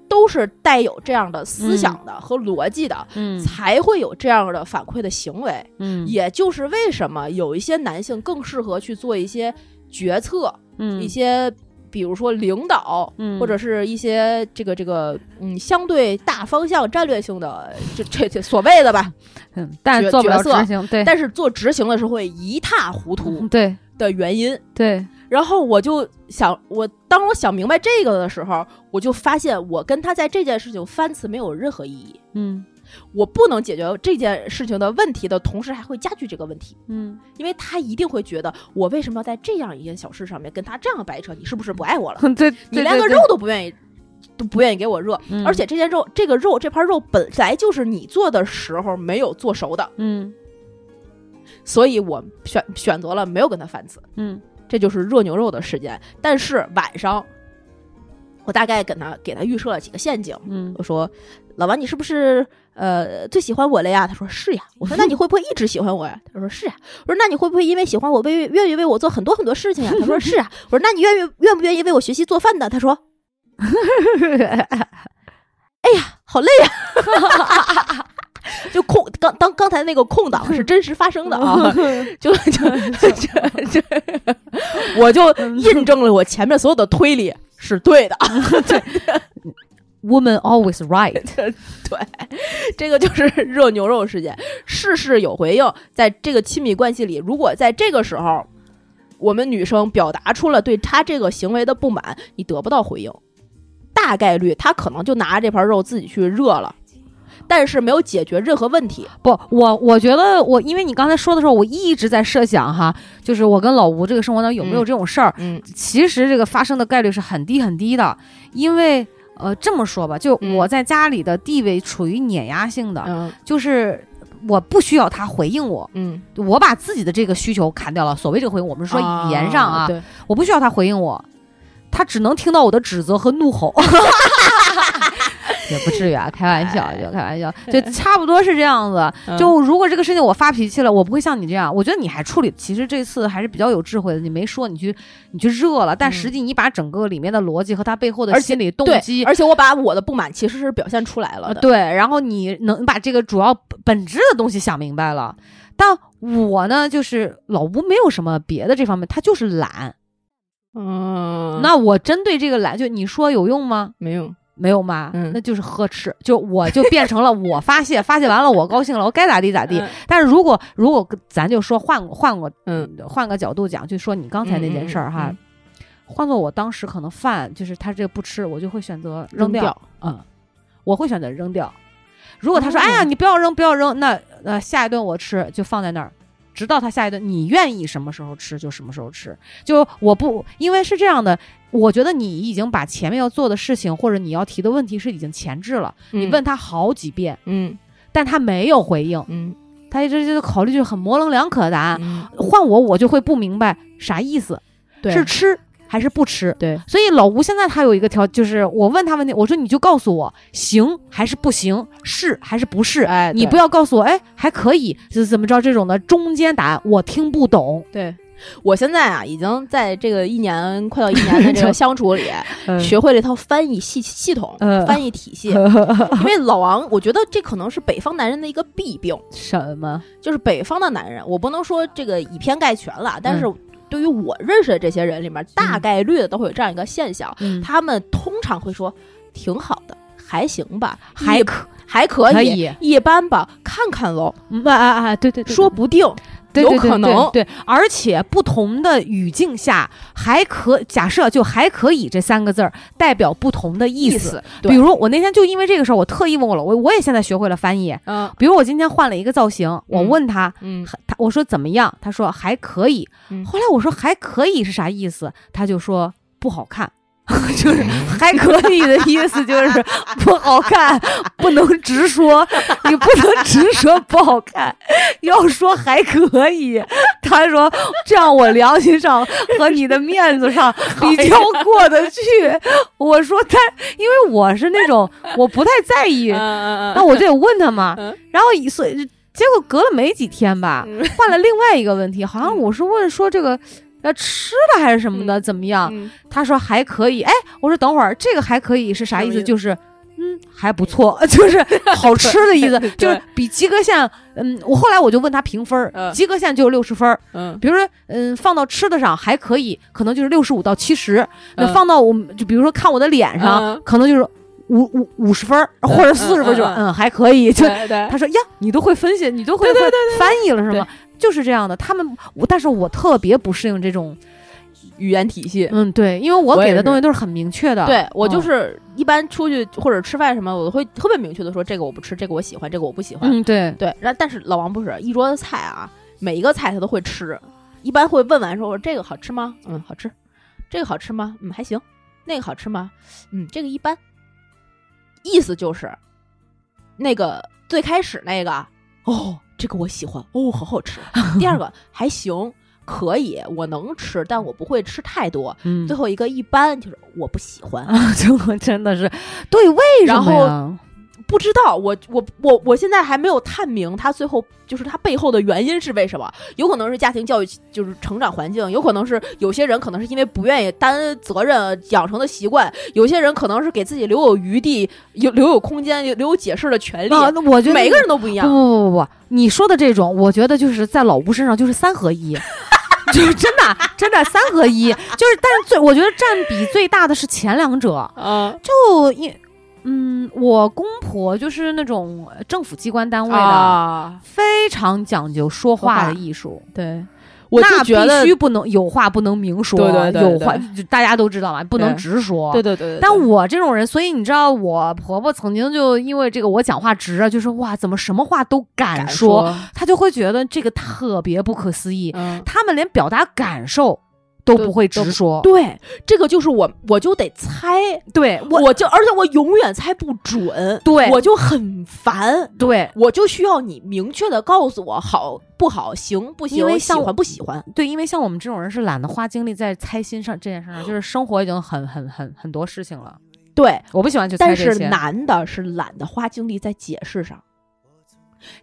Speaker 3: 都是带有这样的思想的和逻辑的，
Speaker 2: 嗯
Speaker 3: 才会有这样的反馈的行为。
Speaker 2: 嗯
Speaker 3: 也就是为什么有一些男性更适合去做一些决策，一
Speaker 2: 嗯
Speaker 3: 些比如说领导。
Speaker 2: 嗯
Speaker 3: 或者是一些这个这个嗯，相对大方向战略性的这这这所谓的吧，
Speaker 2: 嗯，但
Speaker 3: 角
Speaker 2: 做不了
Speaker 3: 角色
Speaker 2: 执行，对，
Speaker 3: 但是做执行的时候会一塌糊涂
Speaker 2: 嗯对
Speaker 3: 的原因。
Speaker 2: 对，
Speaker 3: 然后我就想，我当我想明白这个的时候，我就发现我跟他在这件事情翻词没有任何意义。
Speaker 2: 嗯
Speaker 3: 我不能解决这件事情的问题的同时，还会加剧这个问题，
Speaker 2: 嗯
Speaker 3: 因为他一定会觉得我为什么要在这样一件小事上面跟他这样掰扯？你是不是不爱我了？
Speaker 2: 对，
Speaker 3: 你连个肉都不愿意，都不愿意给我热，
Speaker 2: 嗯
Speaker 3: 而且这件肉，这个肉，这盘肉本来就是你做的时候没有做熟的，
Speaker 2: 嗯
Speaker 3: 所以我选选择了没有跟他翻词。
Speaker 2: 嗯
Speaker 3: 这就是热牛肉的事件。但是晚上，我大概给他给他预设了几个陷阱。
Speaker 2: 嗯
Speaker 3: 我说：“老王，你是不是呃最喜欢我了呀？”他说：“是呀。”我说：“那你会不会一直喜欢我呀？”他说：“是呀。”我说：“那你会不会因为喜欢我，为愿意为我做很多很多事情呀？”他说：“是呀。”我说：“那你愿意愿不愿意为我学习做饭呢？”他说：“好累哎呀、 就空刚当刚才那个空档是真实发生的啊，
Speaker 2: 嗯
Speaker 3: 就就就 就，就我就
Speaker 2: 嗯
Speaker 3: 印证了我前面所有的推理是对的。
Speaker 2: ，Woman always right，
Speaker 3: 这个就是 热牛肉事件，事事有回应。在这个亲密关系里，如果在这个时候，我们女生表达出了对他这个行为的不满，你得不到回应，大概率他可能就拿这盘肉自己去热了，但是没有解决任何问题。
Speaker 2: 不，我我觉得我，因为你刚才说的时候，我一直在设想哈，就是我跟老吴这个生活当中有没有
Speaker 3: 嗯
Speaker 2: 这种事儿，
Speaker 3: 嗯
Speaker 2: 其实这个发生的概率是很低很低的，因为呃，这么说吧，就
Speaker 3: 嗯
Speaker 2: 我在家里的地位处于碾压性的，
Speaker 3: 嗯
Speaker 2: 就是我不需要他回应我，
Speaker 3: 嗯，
Speaker 2: 我把自己的这个需求砍掉了。所谓这个回应，我们说语言上啊，
Speaker 3: 对，
Speaker 2: 我不需要他回应我，他只能听到我的指责和怒吼。 也不至于啊，开玩笑
Speaker 3: 哎
Speaker 2: 就开玩笑，就差不多是这样子。
Speaker 3: 嗯
Speaker 2: 就如果这个事情我发脾气了，我不会像你这样，我觉得你还处理，其实这次还是比较有智慧的。你没说你去你去热了，但
Speaker 3: 嗯
Speaker 2: 实际你把整个里面的逻辑和他背后的
Speaker 3: 而且
Speaker 2: 心理动
Speaker 3: 对
Speaker 2: 机，
Speaker 3: 而且我把我的不满其实是表现出来了
Speaker 2: 呃
Speaker 3: 的。
Speaker 2: 对，然后你能把这个主要本本质的东西想明白了。但我呢，就是老吴没有什么别的这方面，他就是懒。
Speaker 3: 嗯
Speaker 2: 那我针对这个懒，就你说有用吗？
Speaker 3: 没有，
Speaker 2: 没有嘛，
Speaker 3: 嗯
Speaker 2: 那就是呵斥，就我就变成了我发 泄，发泄完了我高兴了，我该咋地咋地
Speaker 3: 嗯。
Speaker 2: 但是如果如果咱就说换换个
Speaker 3: 嗯
Speaker 2: 换个角度讲，就说你刚才那件事儿哈，
Speaker 3: 嗯嗯
Speaker 2: 换做我当时可能饭就是他这个不吃，我就会选择扔
Speaker 3: 扔掉
Speaker 2: 嗯，我会选择扔掉。如果他说、
Speaker 3: 哦
Speaker 2: 哎呀你不要扔不要扔，那呃下一顿我吃就放在那儿。直到他下一顿，你愿意什么时候吃就什么时候吃。就我不，因为是这样的，我觉得你已经把前面要做的事情或者你要提的问题是已经前置了。你
Speaker 3: 你
Speaker 2: 问他好几遍，
Speaker 3: 嗯
Speaker 2: 但他没有回应，
Speaker 3: 嗯
Speaker 2: 他一直就考虑就是很模棱两可的答案。
Speaker 3: 嗯，
Speaker 2: 换我，我就会不明白啥意思，
Speaker 3: 对
Speaker 2: 是吃还是不吃？
Speaker 3: 对，
Speaker 2: 所以老吴现在他有一个条，就是我问他问题，我说你就告诉我行还是不行，是还是不是？
Speaker 3: 哎，
Speaker 2: 你
Speaker 3: 对
Speaker 2: 不要告诉我，哎，还可以，就是怎么着这种的中间答案我听不懂。
Speaker 3: 对。我现在啊，已经在这个一年快到一年的 这
Speaker 2: 就
Speaker 3: 个相处里， 学会了一套翻译系系统、
Speaker 2: 嗯
Speaker 3: 翻译体系。因为老王，我觉得这可能是北方男人的一个弊病，
Speaker 2: 什么？
Speaker 3: 就是北方的男人，我不能说这个以偏概全了，但是
Speaker 2: 嗯
Speaker 3: 对于我认识的这些人里面，大概率的都会有这样一个现象，
Speaker 2: 嗯，
Speaker 3: 他们通常会说挺好的，还行吧，
Speaker 2: 还
Speaker 3: 一
Speaker 2: 可
Speaker 3: 还可以，
Speaker 2: 可以
Speaker 3: 一般吧，看看喽，
Speaker 2: 嗯啊啊啊！对对对，
Speaker 3: 说不定。
Speaker 2: 对
Speaker 3: 有
Speaker 2: 对对
Speaker 3: 可能
Speaker 2: 对，对而且不同的语境下，还可假设就还可以这三个字儿代表不同的意
Speaker 3: 意
Speaker 2: 思。
Speaker 3: 思对
Speaker 2: 比如我那天就因为这个事儿，我特意问我老我我也现在学会了翻译。
Speaker 3: 嗯
Speaker 2: 比如我今天换了一个造型，我
Speaker 3: 嗯
Speaker 2: 问他，
Speaker 3: 嗯
Speaker 2: 他我说怎么样？他说还可以。
Speaker 3: 嗯
Speaker 2: 后来我说还可以是啥意思？他就说不好看。 就是
Speaker 3: 嗯
Speaker 2: 还可以的意思，就是不好 看，不能直说，你不能直说不好看，要说还可以。他说这样我良心上和你的面子 上比较过得去。我说他，因为我是那种我不太在意
Speaker 3: 嗯嗯
Speaker 2: 那我就得问他嘛
Speaker 3: 嗯。
Speaker 2: 然后以所以结果隔了没几天吧，换了另外一个问题，好像我是问说这个。呃，吃的还是什么的，怎么样？
Speaker 3: 嗯嗯
Speaker 2: 他说还可以。哎，我说等会儿这个还可以是啥意
Speaker 3: 什么意
Speaker 2: 思？
Speaker 3: 思
Speaker 2: 就是嗯，还不错， 就是好吃的意思
Speaker 3: 对，
Speaker 2: 就是比及格线。嗯，我后来我就问他评分儿，
Speaker 3: 嗯
Speaker 2: 及格线就是六十分儿。
Speaker 3: 嗯
Speaker 2: 比如说，嗯，放到吃的上还可以，可能就是六十五到七十。那
Speaker 3: 嗯
Speaker 2: 放到我们，就比如说看我的脸上，
Speaker 3: 嗯
Speaker 2: 可能就是五五五十分儿或者四十分儿，就
Speaker 3: 嗯嗯
Speaker 2: 嗯还可以。就
Speaker 3: 对对
Speaker 2: 他说呀，你都会分析，你都会会翻译了是吗？就是这样的，他们我，但是我特别不适应这种，
Speaker 3: 语言体系。
Speaker 2: 嗯，对，因为我
Speaker 3: 我也
Speaker 2: 给的
Speaker 3: 是
Speaker 2: 东西都是很明确的，
Speaker 3: 对我就
Speaker 2: 嗯
Speaker 3: 是一般出去或者吃饭什么，我会特别明确的说这个我不吃，这个我喜欢，这个我不喜欢。
Speaker 2: 嗯，对，
Speaker 3: 对，然后但是老王不是一桌子菜啊，每一个菜他都会吃，一般会问完说：“我说这个好吃吗？嗯，好吃。这个好吃吗？嗯，还行。那个好吃吗？嗯，这个一般。”意思就是，那个最开始那个哦，这个我喜欢哦，好好吃。第二个还行，可以，我能吃，但我不会吃太多。
Speaker 2: 嗯
Speaker 3: 最，后一个一般就是我不喜欢，
Speaker 2: 啊， 就我真的是，对，为什
Speaker 3: 然
Speaker 2: 么
Speaker 3: 后
Speaker 2: 呀？
Speaker 3: 不知道，我我我我现在还没有探明他最后就是他背后的原因是为什么？有可能是家庭教育，就是成长环境；有可能是有些人可能是因为不愿意担责任养成的习惯；有些人可能是给自己留有余地、有留有空间、留有解释的权利。
Speaker 2: 啊，那我觉得
Speaker 3: 每
Speaker 2: 你
Speaker 3: 个人都不一
Speaker 2: 不
Speaker 3: 样，
Speaker 2: 不不不不，你说的这种，我觉得就是在老吴身上就是三合一。就是真的，真的三合一，就是，但是最我觉得占比最大的是前两者，
Speaker 3: 嗯
Speaker 2: 就因，嗯，我公婆就是那种呃政府机关单位的，
Speaker 3: 啊，
Speaker 2: 非常讲究说话的艺术。
Speaker 3: 对，我
Speaker 2: 那
Speaker 3: 就觉得
Speaker 2: 必，须不能有话不能明说，
Speaker 3: 对对对
Speaker 2: 有话就大家都知道嘛，不能
Speaker 3: 对
Speaker 2: 直说。
Speaker 3: 对对对，对
Speaker 2: 但我这种人，所以你知道，我婆婆曾经就因为这个我讲话直啊，就说哇，怎么什么话都敢
Speaker 3: 敢
Speaker 2: 说，，她就会觉得这个特别不可思议。
Speaker 3: 嗯，
Speaker 2: 他们连表达感受都
Speaker 3: 都
Speaker 2: 不会
Speaker 3: 都
Speaker 2: 直
Speaker 3: 不
Speaker 2: 说，
Speaker 3: 对，这个就是我，我就得猜，
Speaker 2: 对
Speaker 3: 我
Speaker 2: 我
Speaker 3: 就而且我永远猜不准，
Speaker 2: 对
Speaker 3: 我就很烦，
Speaker 2: 对
Speaker 3: 我就需要你明确的告诉我好不好，行不
Speaker 2: 因为
Speaker 3: 行，喜
Speaker 2: 像我
Speaker 3: 欢不喜欢，
Speaker 2: 对，因为像我们这种人是懒得花精力在猜心上这件事上，就是生活已经很很很很多事情了，
Speaker 3: 对。
Speaker 2: 我不喜欢去猜
Speaker 3: 但
Speaker 2: 这
Speaker 3: 是
Speaker 2: 些。
Speaker 3: 男的是懒得花精力在解释上，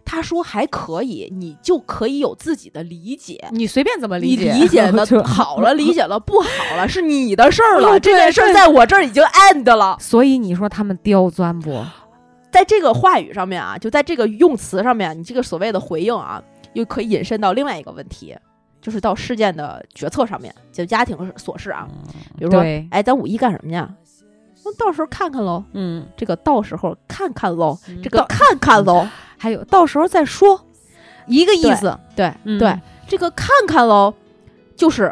Speaker 3: 他说还可以，你就可以有自己的理解。
Speaker 2: 你随便怎么理
Speaker 3: 你
Speaker 2: 解，
Speaker 3: 啊 理 解
Speaker 2: 就
Speaker 3: 的好了，理解了不好了，是你的事 儿了。
Speaker 2: 嗯
Speaker 3: 这件事儿
Speaker 2: 对对
Speaker 3: 在我这儿已经 end 了。
Speaker 2: 所以你说他们刁钻不？
Speaker 3: 在这个话语上面啊，就在这个用词上面，你这个所谓的回应啊，又可以引申到另外一个问题，就是到事件的决策上面，就家庭琐事啊，比如说
Speaker 2: 对，
Speaker 3: 哎，咱五一干什么呀？那到时候看看喽，
Speaker 2: 嗯，
Speaker 3: 这个到时候看看喽，
Speaker 2: 嗯
Speaker 3: 这个看看喽，
Speaker 2: 还有到时候再说，一个意
Speaker 3: 对
Speaker 2: 思。
Speaker 3: 对
Speaker 2: 嗯
Speaker 3: 对，这个看看喽，就是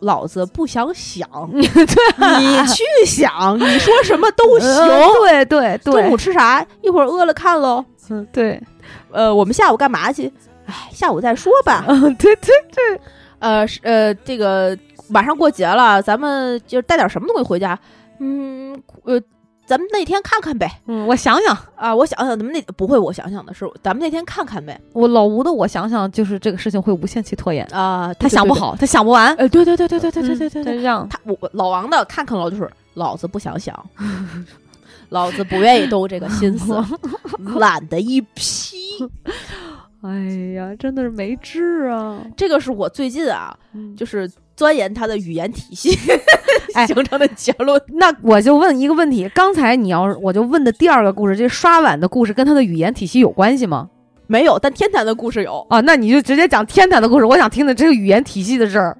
Speaker 3: 老子不想 想，你去想，你说什么 都行。
Speaker 2: 呃对对
Speaker 3: 中
Speaker 2: 对，
Speaker 3: 午吃啥？一会儿饿了看喽。
Speaker 2: 嗯对，
Speaker 3: 呃，我们下午干嘛去？哎，下午再说 吧。
Speaker 2: 嗯对对，
Speaker 3: 呃是呃，这个马上过节了，咱们就带点什么东西回家？嗯，呃，咱们那天看看呗。
Speaker 2: 嗯，我想想，
Speaker 3: 啊，我想想，咱们那不会，我想想的是，咱们那天看看呗。
Speaker 2: 我老吴的，我想想，就是这个事情会无限期拖延，
Speaker 3: 啊，
Speaker 2: 他想不。好，他想不完。
Speaker 3: 呃，对对对对对对对
Speaker 2: 嗯
Speaker 3: 对对
Speaker 2: 他
Speaker 3: 对，
Speaker 2: 这样，
Speaker 3: 他我我老王的看看了就是老子不想想， 老子不愿意动这个心 思，懒得一批。
Speaker 2: 哎呀，真的是没治啊！
Speaker 3: 这个是我最近啊，
Speaker 2: 嗯
Speaker 3: 就是钻研他的语言体系
Speaker 2: 哎
Speaker 3: 形成的结论。
Speaker 2: 那我就问一个问题，刚才你要是我就问的第二个故事，这刷碗的故事跟他的语言体系有关系吗？
Speaker 3: 没有，但天坛的故事有。
Speaker 2: 啊，那你就直接讲天坛的故事，我想听的这个语言体系的事儿，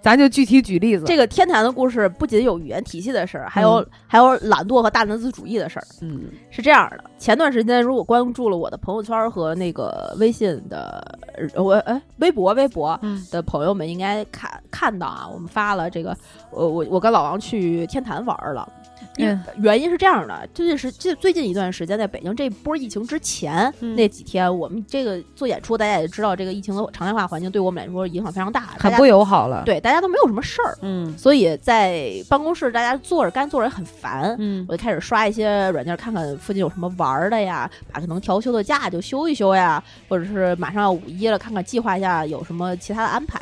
Speaker 2: 咱就具体举例子。
Speaker 3: 这个天坛的故事不仅有语言体系的事儿，还有、
Speaker 2: 嗯
Speaker 3: 还有懒惰和大男子主义的事儿。
Speaker 2: 嗯
Speaker 3: 是这样的，前段时间如果关注了我的朋友圈和那个微信的，呃我哎微博微博
Speaker 2: 嗯
Speaker 3: 的朋友们应该看看到啊，我们发了这个，呃我我跟老王去天坛玩儿了。因为
Speaker 2: 嗯
Speaker 3: 原因是这样的，最近是这最近一段时间，在北京这波疫情之前、
Speaker 2: 嗯
Speaker 3: 那几天，我们这个做演出，大家也知道，这个疫情的常态化环境对我们来说影响非常大，大
Speaker 2: 很
Speaker 3: 家
Speaker 2: 不友好了。，
Speaker 3: 对大家都没有什么事儿，
Speaker 2: 嗯
Speaker 3: 所以在办公室大家坐着干坐着也很烦。
Speaker 2: 嗯
Speaker 3: 我就开始刷一些软件，看看附近有什么玩儿的呀，把可能调休的假就休一休呀，或者是马上要五一了，看看计划一下有什么其他的安排。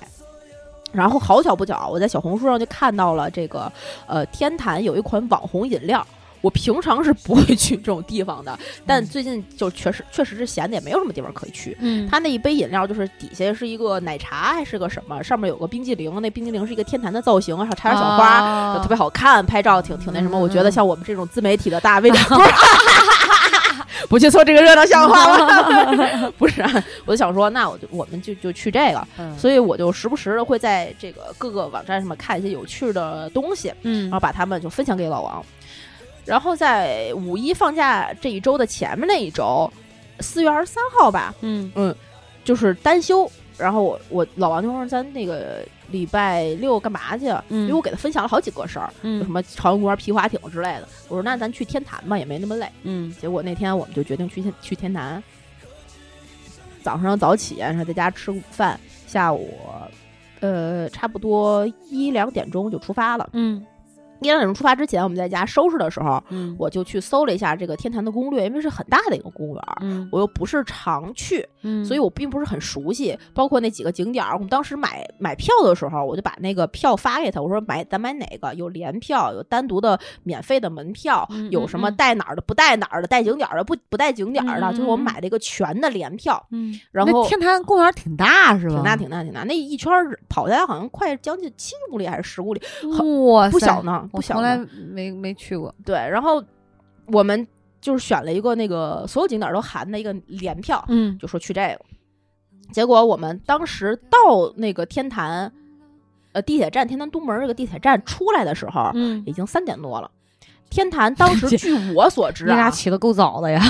Speaker 3: 然后好巧不巧，我在小红书上就看到了这个，呃，天坛有一款网红饮料，我平常是不会去这种地方的，但最近就确实确实是闲的，也没有什么地方可以去。
Speaker 2: 嗯，
Speaker 3: 它那一杯饮料就是底下是一个奶茶还是个什么，上面有个冰激凌，那冰激凌是一个天坛的造型，还有插点小花，
Speaker 2: 啊
Speaker 3: 特别好看，拍照挺挺那什么。
Speaker 2: 嗯
Speaker 3: 我觉得像我们这种自媒体的大 V 主播，不去凑这个热 闹像话吗？不是、啊，我就想说，那我就我们就就去这个，
Speaker 2: 嗯
Speaker 3: 所以我就时不时的会在这个各个网站上面看一些有趣的东西，
Speaker 2: 嗯
Speaker 3: 然后把它们就分享给老王。然后在五一放假这一周的前面那一周，四月二十三号吧，
Speaker 2: 嗯
Speaker 3: 就是单休。然后我我老王就说咱那个礼拜六干嘛去？啊
Speaker 2: 嗯
Speaker 3: 因为我给他分享了好几个事儿，有什
Speaker 2: 嗯
Speaker 3: 么朝阳公园皮划艇之类的。我说那咱去天坛吧，也没那么累。
Speaker 2: 嗯
Speaker 3: 结果那天我们就决定去天去天坛，早上早起，然后在家吃午饭，下午呃差不多一两点钟就出发了。
Speaker 2: 嗯
Speaker 3: 一两点钟出发之前，我们在家收拾的时候，
Speaker 2: 嗯
Speaker 3: 我就去搜了一下这个天坛的攻略，因为是很大的一个公园儿，
Speaker 2: 嗯
Speaker 3: 我又不是常去，
Speaker 2: 嗯，
Speaker 3: 所以我并不是很熟悉，包括那几个景点儿。我们当时买买票的时候，我就把那个票发给他，我说买咱买哪个？有联票，有单独的免费的门票，
Speaker 2: 嗯
Speaker 3: 有
Speaker 2: 嗯
Speaker 3: 什么
Speaker 2: 嗯
Speaker 3: 带哪儿的，不带哪儿的，带景点儿的，不不带景点儿的，
Speaker 2: 嗯嗯
Speaker 3: 就是我
Speaker 2: 嗯
Speaker 3: 们买了一个全的联票，
Speaker 2: 嗯，
Speaker 3: 然
Speaker 2: 那
Speaker 3: 后
Speaker 2: 天坛公园挺大是吧？
Speaker 3: 挺大挺大挺大，那一圈儿跑下来好像快将近七公里还是十公里，
Speaker 2: 哇塞，
Speaker 3: 不小呢，不
Speaker 2: 我
Speaker 3: 小
Speaker 2: 从来
Speaker 3: 呢。
Speaker 2: 没没去过。
Speaker 3: 对，然后我们就是选了一个那个所有景点儿都含的一个联票，
Speaker 2: 嗯
Speaker 3: 就说去这个。结果我们当时到那个天坛，呃，地铁站天坛东门这个地铁站出来的时候，
Speaker 2: 嗯，
Speaker 3: 已经三点多了。天坛当时据我所 知
Speaker 2: 你俩
Speaker 3: 啊，
Speaker 2: 起的够早的 呀。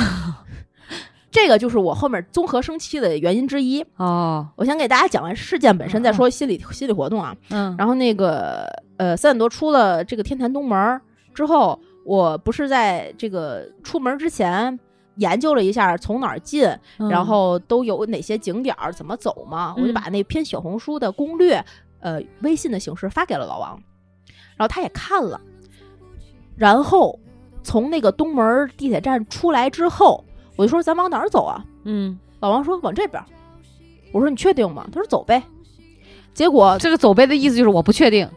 Speaker 3: 这个就是我后面综合生气的原因之一。
Speaker 2: 哦，
Speaker 3: 我先给大家讲完事件本身，再说心理心理活动啊。
Speaker 2: 嗯，
Speaker 3: 然后那个呃，三点多出了这个天坛东门儿之后，我不是在这个出门之前研究了一下从哪儿进，
Speaker 2: 嗯
Speaker 3: 然后都有哪些景点儿，怎么走嘛，我就
Speaker 2: 嗯
Speaker 3: 把那篇小红书的攻略，呃，微信的形式发给了老王，然后他也看了，然后从那个东门儿地铁站出来之后，我就说咱往哪儿走啊？
Speaker 2: 嗯，
Speaker 3: 老王说往这边儿，我说你确定吗？他说走呗，结果
Speaker 2: 嗯这个走呗的意思就是我不确定。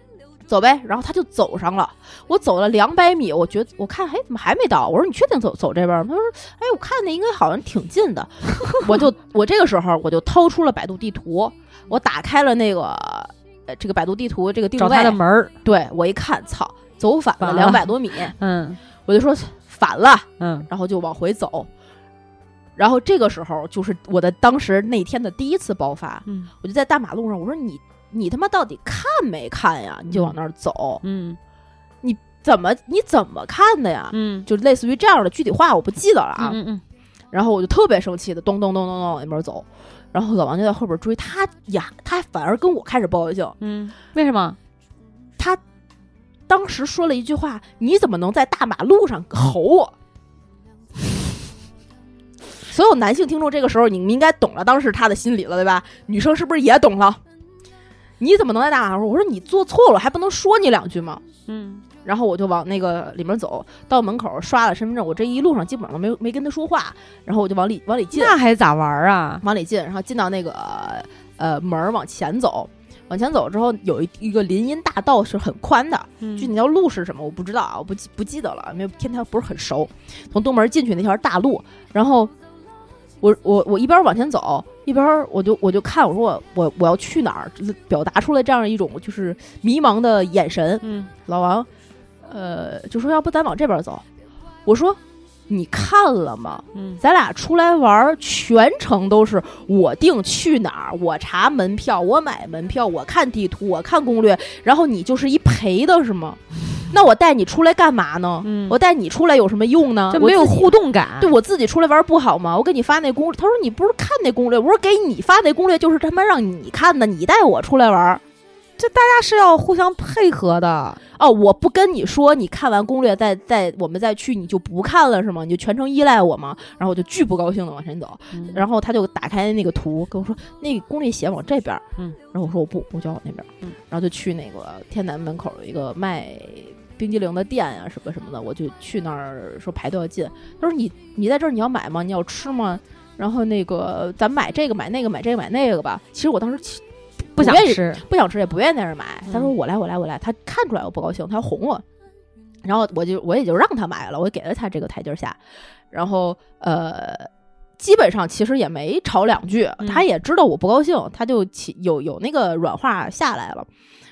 Speaker 3: 走呗，然后他就走上了。我走了两百米，我觉得我看，哎，怎么还没到？我说你确定走走这边吗？他说，哎，我看那应该好像挺近的。 我就我这个时候我就掏出了百度地图，我打开了那个呃这个百度地图这个定
Speaker 2: 找
Speaker 3: 位，
Speaker 2: 他的门儿。
Speaker 3: 对我一看，操，走反了
Speaker 2: 反
Speaker 3: 两
Speaker 2: 了
Speaker 3: 百多米，
Speaker 2: 嗯
Speaker 3: 我就说反了，
Speaker 2: 嗯
Speaker 3: 然后就往回走。然后这个时候就是我的当时那天的第一次爆发，
Speaker 2: 嗯
Speaker 3: 我就在大马路上，我说你你他妈到底看没看呀？你就往那儿走。
Speaker 2: 嗯
Speaker 3: 怎么你怎么看的呀？
Speaker 2: 嗯
Speaker 3: 就类似于这样的具体话我不记得了啊。
Speaker 2: 嗯嗯
Speaker 3: 然后我就特别生气的咚咚咚咚咚往那边走，然后老王就在后边追他呀，他反而跟我开始报警。
Speaker 2: 嗯，为什么？
Speaker 3: 当时说了一句话：“你怎么能在大马路上吼我？”所有男性听众这个时候你们应该懂了当时他的心理了，对吧？女生是不是也懂了？你怎么能在大马路上？我说你做错了，还不能说你两句吗？
Speaker 2: 嗯
Speaker 3: 然后我就往那个里面走，到门口刷了身份证，我这一路上基本上都没有没跟他说话，然后我就往里往里进，
Speaker 2: 那还咋玩儿啊？
Speaker 3: 往里进，然后进到那个呃门儿往前走，往前走之后有一一个林荫大道是很宽的，
Speaker 2: 嗯
Speaker 3: 具体那条路是什么我不知道啊，我不记不记得了，因为天台不是很熟。从东门进去那条大路，然后我我我一边往前走，一边我就我就看我说我我我要去哪儿，就是表达出来这样一种就是迷茫的眼神，
Speaker 2: 嗯
Speaker 3: 老王，呃，就说要不咱往这边走。我说你看了吗？
Speaker 2: 嗯
Speaker 3: 咱俩出来玩儿，全程都是我定去哪儿，我查门票，我买门票，我看地图，我看攻略，然后你就是一陪的是吗？那我带你出来干嘛呢？
Speaker 2: 嗯，
Speaker 3: 我带你出来有什么用呢？
Speaker 2: 这
Speaker 3: 我
Speaker 2: 没有
Speaker 3: 自己
Speaker 2: 互动感。
Speaker 3: 对我自己出来玩不好吗？我给你发那攻，他说你不是看那攻略，我说给你发那攻略就是他妈让你看的，你带我出来玩儿，
Speaker 2: 大家是要互相配合的。
Speaker 3: 哦，我不跟你说，你看完攻略再再我们再去，你就不看了是吗？你就全程依赖我吗？然后我就巨不高兴的往前走，
Speaker 2: 嗯
Speaker 3: 然后他就打开那个图跟我说，那个攻略写往这边，
Speaker 2: 嗯，
Speaker 3: 然后我说我不，我就要往那边，
Speaker 2: 嗯，
Speaker 3: 然后就去那个天坛门口有一个卖冰激凌的店呀、什么什么的，我就去那儿说排队要进，他说你你在这儿你要买吗？你要吃吗？然后那个咱买这个买那个买这个买那个吧。其实我当时其
Speaker 2: 不想
Speaker 3: 愿意
Speaker 2: 吃。
Speaker 3: 不想吃也不愿意在那儿买。他说
Speaker 2: 嗯
Speaker 3: 我来我来我来，他看出来我不高兴，他要哄我。然后我就我也就让他买了，我给了他这个台阶下，然后呃，基本上其实也没吵两句，
Speaker 2: 嗯
Speaker 3: 他也知道我不高兴，他就起有有那个软化下来了。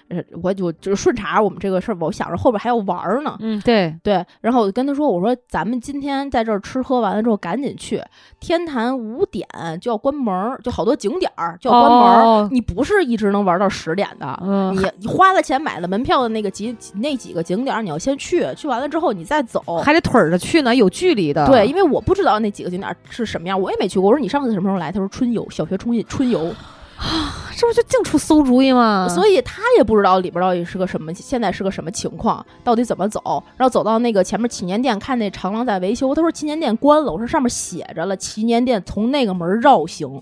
Speaker 3: 呃我就就顺茬我们这个事儿，我想着后边还要玩儿呢，
Speaker 2: 嗯，对，
Speaker 3: 对，然后我就跟他说：“我说咱们今天在这儿吃喝完了之后，赶紧去天坛五点就要关门儿，就好多景点儿就要关门儿。
Speaker 2: 哦
Speaker 3: 你不是一直能玩到十点的，
Speaker 2: 嗯，
Speaker 3: 你你花了钱买了门票的那个几几那几个景点儿，你要先去，去完了之后你再走。
Speaker 2: 还得腿儿着去呢，有距离的。
Speaker 3: 对，因为我不知道那几个景点儿是什么样，我也没去过。我说你上次什么时候来？他说春游，小学春春游。
Speaker 2: 这不就净出馊主意吗？
Speaker 3: 所以他也不知道里边到底是个什么，现在是个什么情况，到底怎么走。然后走到那个前面祈年殿，看那长廊在维修，他说祈年殿关了，我说上面写着了，祈年殿从那个门绕行。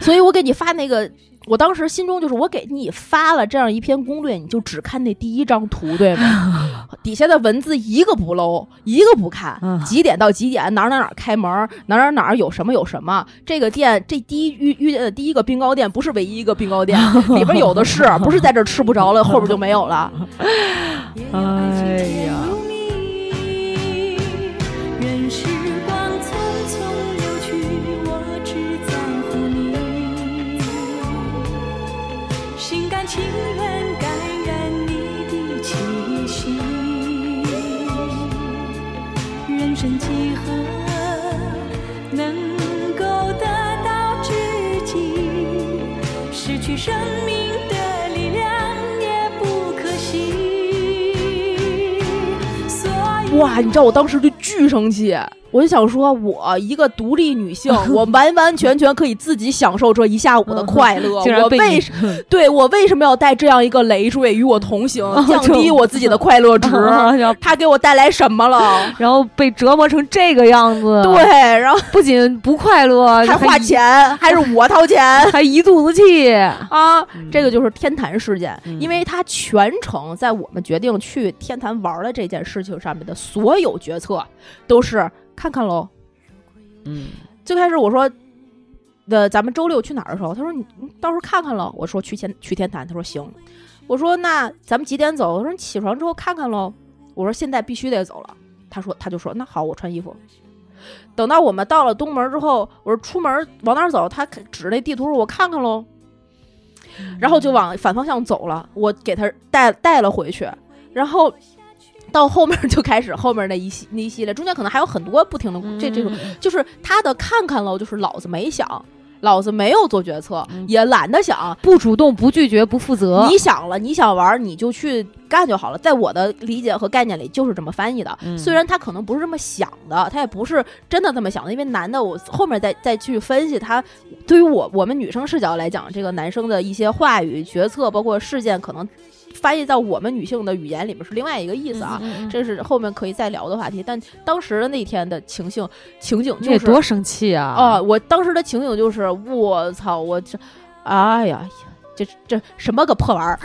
Speaker 3: 所以我给你发那个，我当时心中就是我给你发了这样一篇攻略，你就只看那第一张图，对吗？底下的文字一个不搂，一个不看
Speaker 2: 嗯，
Speaker 3: 几点到几点，哪儿哪儿哪儿开门，哪儿哪儿哪儿有什么有什么。这个店这第一遇遇见的第一个冰糕店不是唯一一个冰糕店，里边有的是，不是在这儿吃不着了，后边就没有了。
Speaker 2: 哎呀，
Speaker 5: 任时光匆匆流去，我只在乎你，心甘情愿感染你的气息。人生几何能够得到知己？失去生命的力量也不可惜。所以
Speaker 3: 哇，你知道我当时就巨生气，我就想说，我一个独立女性，我完完全全可以自己享受这一下午的快乐，
Speaker 2: 竟然
Speaker 3: 我
Speaker 2: 被
Speaker 3: 为
Speaker 2: 你
Speaker 3: 什对我为什么要带这样一个累赘与我同行，降低我自己的快乐值？
Speaker 2: 然后
Speaker 3: 他给我带来什么了？
Speaker 2: 然后被折磨成这个样子，
Speaker 3: 对，，然后
Speaker 2: 不仅不快乐，
Speaker 3: 还花
Speaker 2: 一，
Speaker 3: 钱，还是我掏钱。
Speaker 2: 还一肚子气。
Speaker 3: 啊，这个就是天坛事件，
Speaker 2: 嗯
Speaker 3: 因为它全程在我们决定去天坛玩儿的这件事情上面的所有决策都是看看喽。
Speaker 2: 嗯，
Speaker 3: 最开始我说，呃，咱们周六去哪儿的时候，他说你你到时候看看喽。我说去天去天坛，他说行。我说那咱们几点走？我说你起床之后看看喽。我说现在必须得走了。他说他就说那好，我穿衣服。等到我们到了东门之后，我说出门往哪儿走？他指那地图说我看看喽。然后就往反方向走了，我给他带带了回去，然后到后面就开始后面那一系那一系列，中间可能还有很多不停的这这种就是他的看看喽，就是老子没想，老子没有做决策，
Speaker 2: 嗯
Speaker 3: 也懒得想。
Speaker 2: 不主动、不拒绝、不负责。
Speaker 3: 你想了，你想玩儿，你就去干就好了。在我的理解和概念里，就是这么翻译的。
Speaker 2: 嗯
Speaker 3: 虽然他可能不是这么想的，他也不是真的这么想的，因为男的，我后面再再去分析他，对于我我们女生视角来讲，这个男生的一些话语、决策，包括事件，可能翻译到我们女性的语言里面是另外一个意思啊。
Speaker 2: 嗯嗯嗯
Speaker 3: 这是后面可以再聊的话题，但当时的那天的情境情景
Speaker 2: 嗯你得
Speaker 3: 就是
Speaker 2: 多生气啊！
Speaker 3: 哦，，我当时的情景就是，我操，我这，哎呀，这这什么个破玩意儿！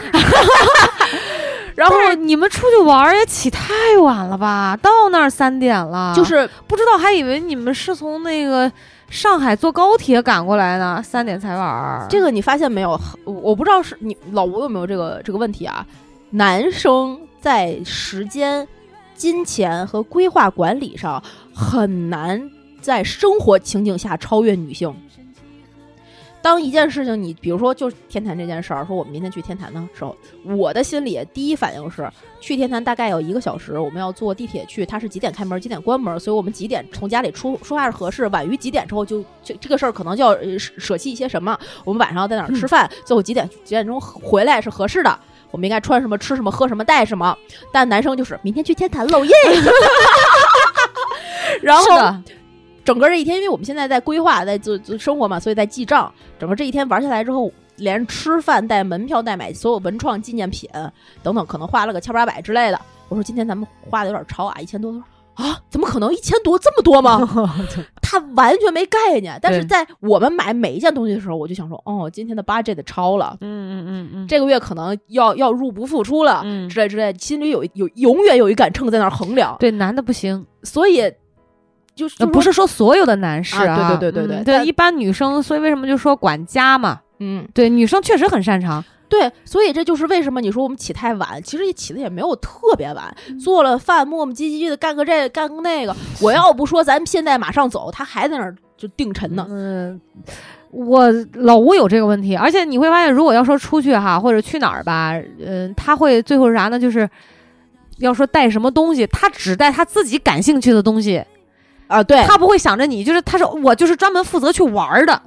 Speaker 3: 然后
Speaker 2: 但是你们出去玩儿也起太晚了吧？到那儿三点了，
Speaker 3: 就是
Speaker 2: 不知道，还以为你们是从那个上海坐高铁赶过来呢，三点才玩儿。
Speaker 3: 这个，你发现没有？我我不知道是你老吴有没有这个这个问题啊？男生在时间、金钱和规划管理上很难在生活情景下超越女性。当一件事情你，比如说就是天坛这件事儿，说我们明天去天坛的时候，我的心里第一反应是去天坛大概有一个小时，我们要坐地铁去，它是几点开门，几点关门，所以我们几点从家里出出发是合适，晚于几点之后就 这这个事儿可能就要呃舍舍弃一些什么，我们晚上要在哪儿吃饭，最后几点几点钟回来是合适的。我们应该穿什么、吃什么、喝什么、带什么，但男生就是明天去天坛喽耶， 然后
Speaker 2: 是的，
Speaker 3: 整个这一天，因为我们现在在规划，在做做生活嘛，所以在记账。整个这一天玩下来之后，连吃饭带门票带买所有文创纪念品等等，可能花了个千八百之类的。我说今天咱们花的有点超啊，一千多。他说啊，怎么可能一千多这么多吗？ 他完全没概念。但是
Speaker 2: 对
Speaker 3: 在我们买每一件东西的时候，我就想说，哦，今天的 budget 超了，
Speaker 2: 嗯嗯嗯嗯，
Speaker 3: 这个月可能要要入不敷出了，
Speaker 2: 嗯
Speaker 3: 之类之类，心里有一有永远有一杆秤在那儿衡量。
Speaker 2: 对男的不行，
Speaker 3: 所以就是
Speaker 2: 呃
Speaker 3: 就是
Speaker 2: 不
Speaker 3: 说
Speaker 2: 是说所有的男士嗯
Speaker 3: 啊对对对对
Speaker 2: 对
Speaker 3: 对
Speaker 2: 对，
Speaker 3: 但
Speaker 2: 一般女生，所以为什么就说管家嘛？
Speaker 3: 嗯。
Speaker 2: 对，女生确实很擅长，
Speaker 3: 对，所以这就是为什么你说我们起太晚，其实起的也没有特别晚，
Speaker 2: 嗯
Speaker 3: 做了饭磨磨唧唧的干个这干个那个。我要不说咱们现在马上走，他还在那儿就定沉呢。
Speaker 2: 嗯，我老吴有这个问题，而且你会发现，如果要说出去哈，或者去哪儿吧，嗯，他会最后是啥呢？就是要说带什么东西，他只带他自己感兴趣的东西，
Speaker 3: 啊，对，
Speaker 2: 他不会想着你，就是他说我就是专门负责去玩儿的。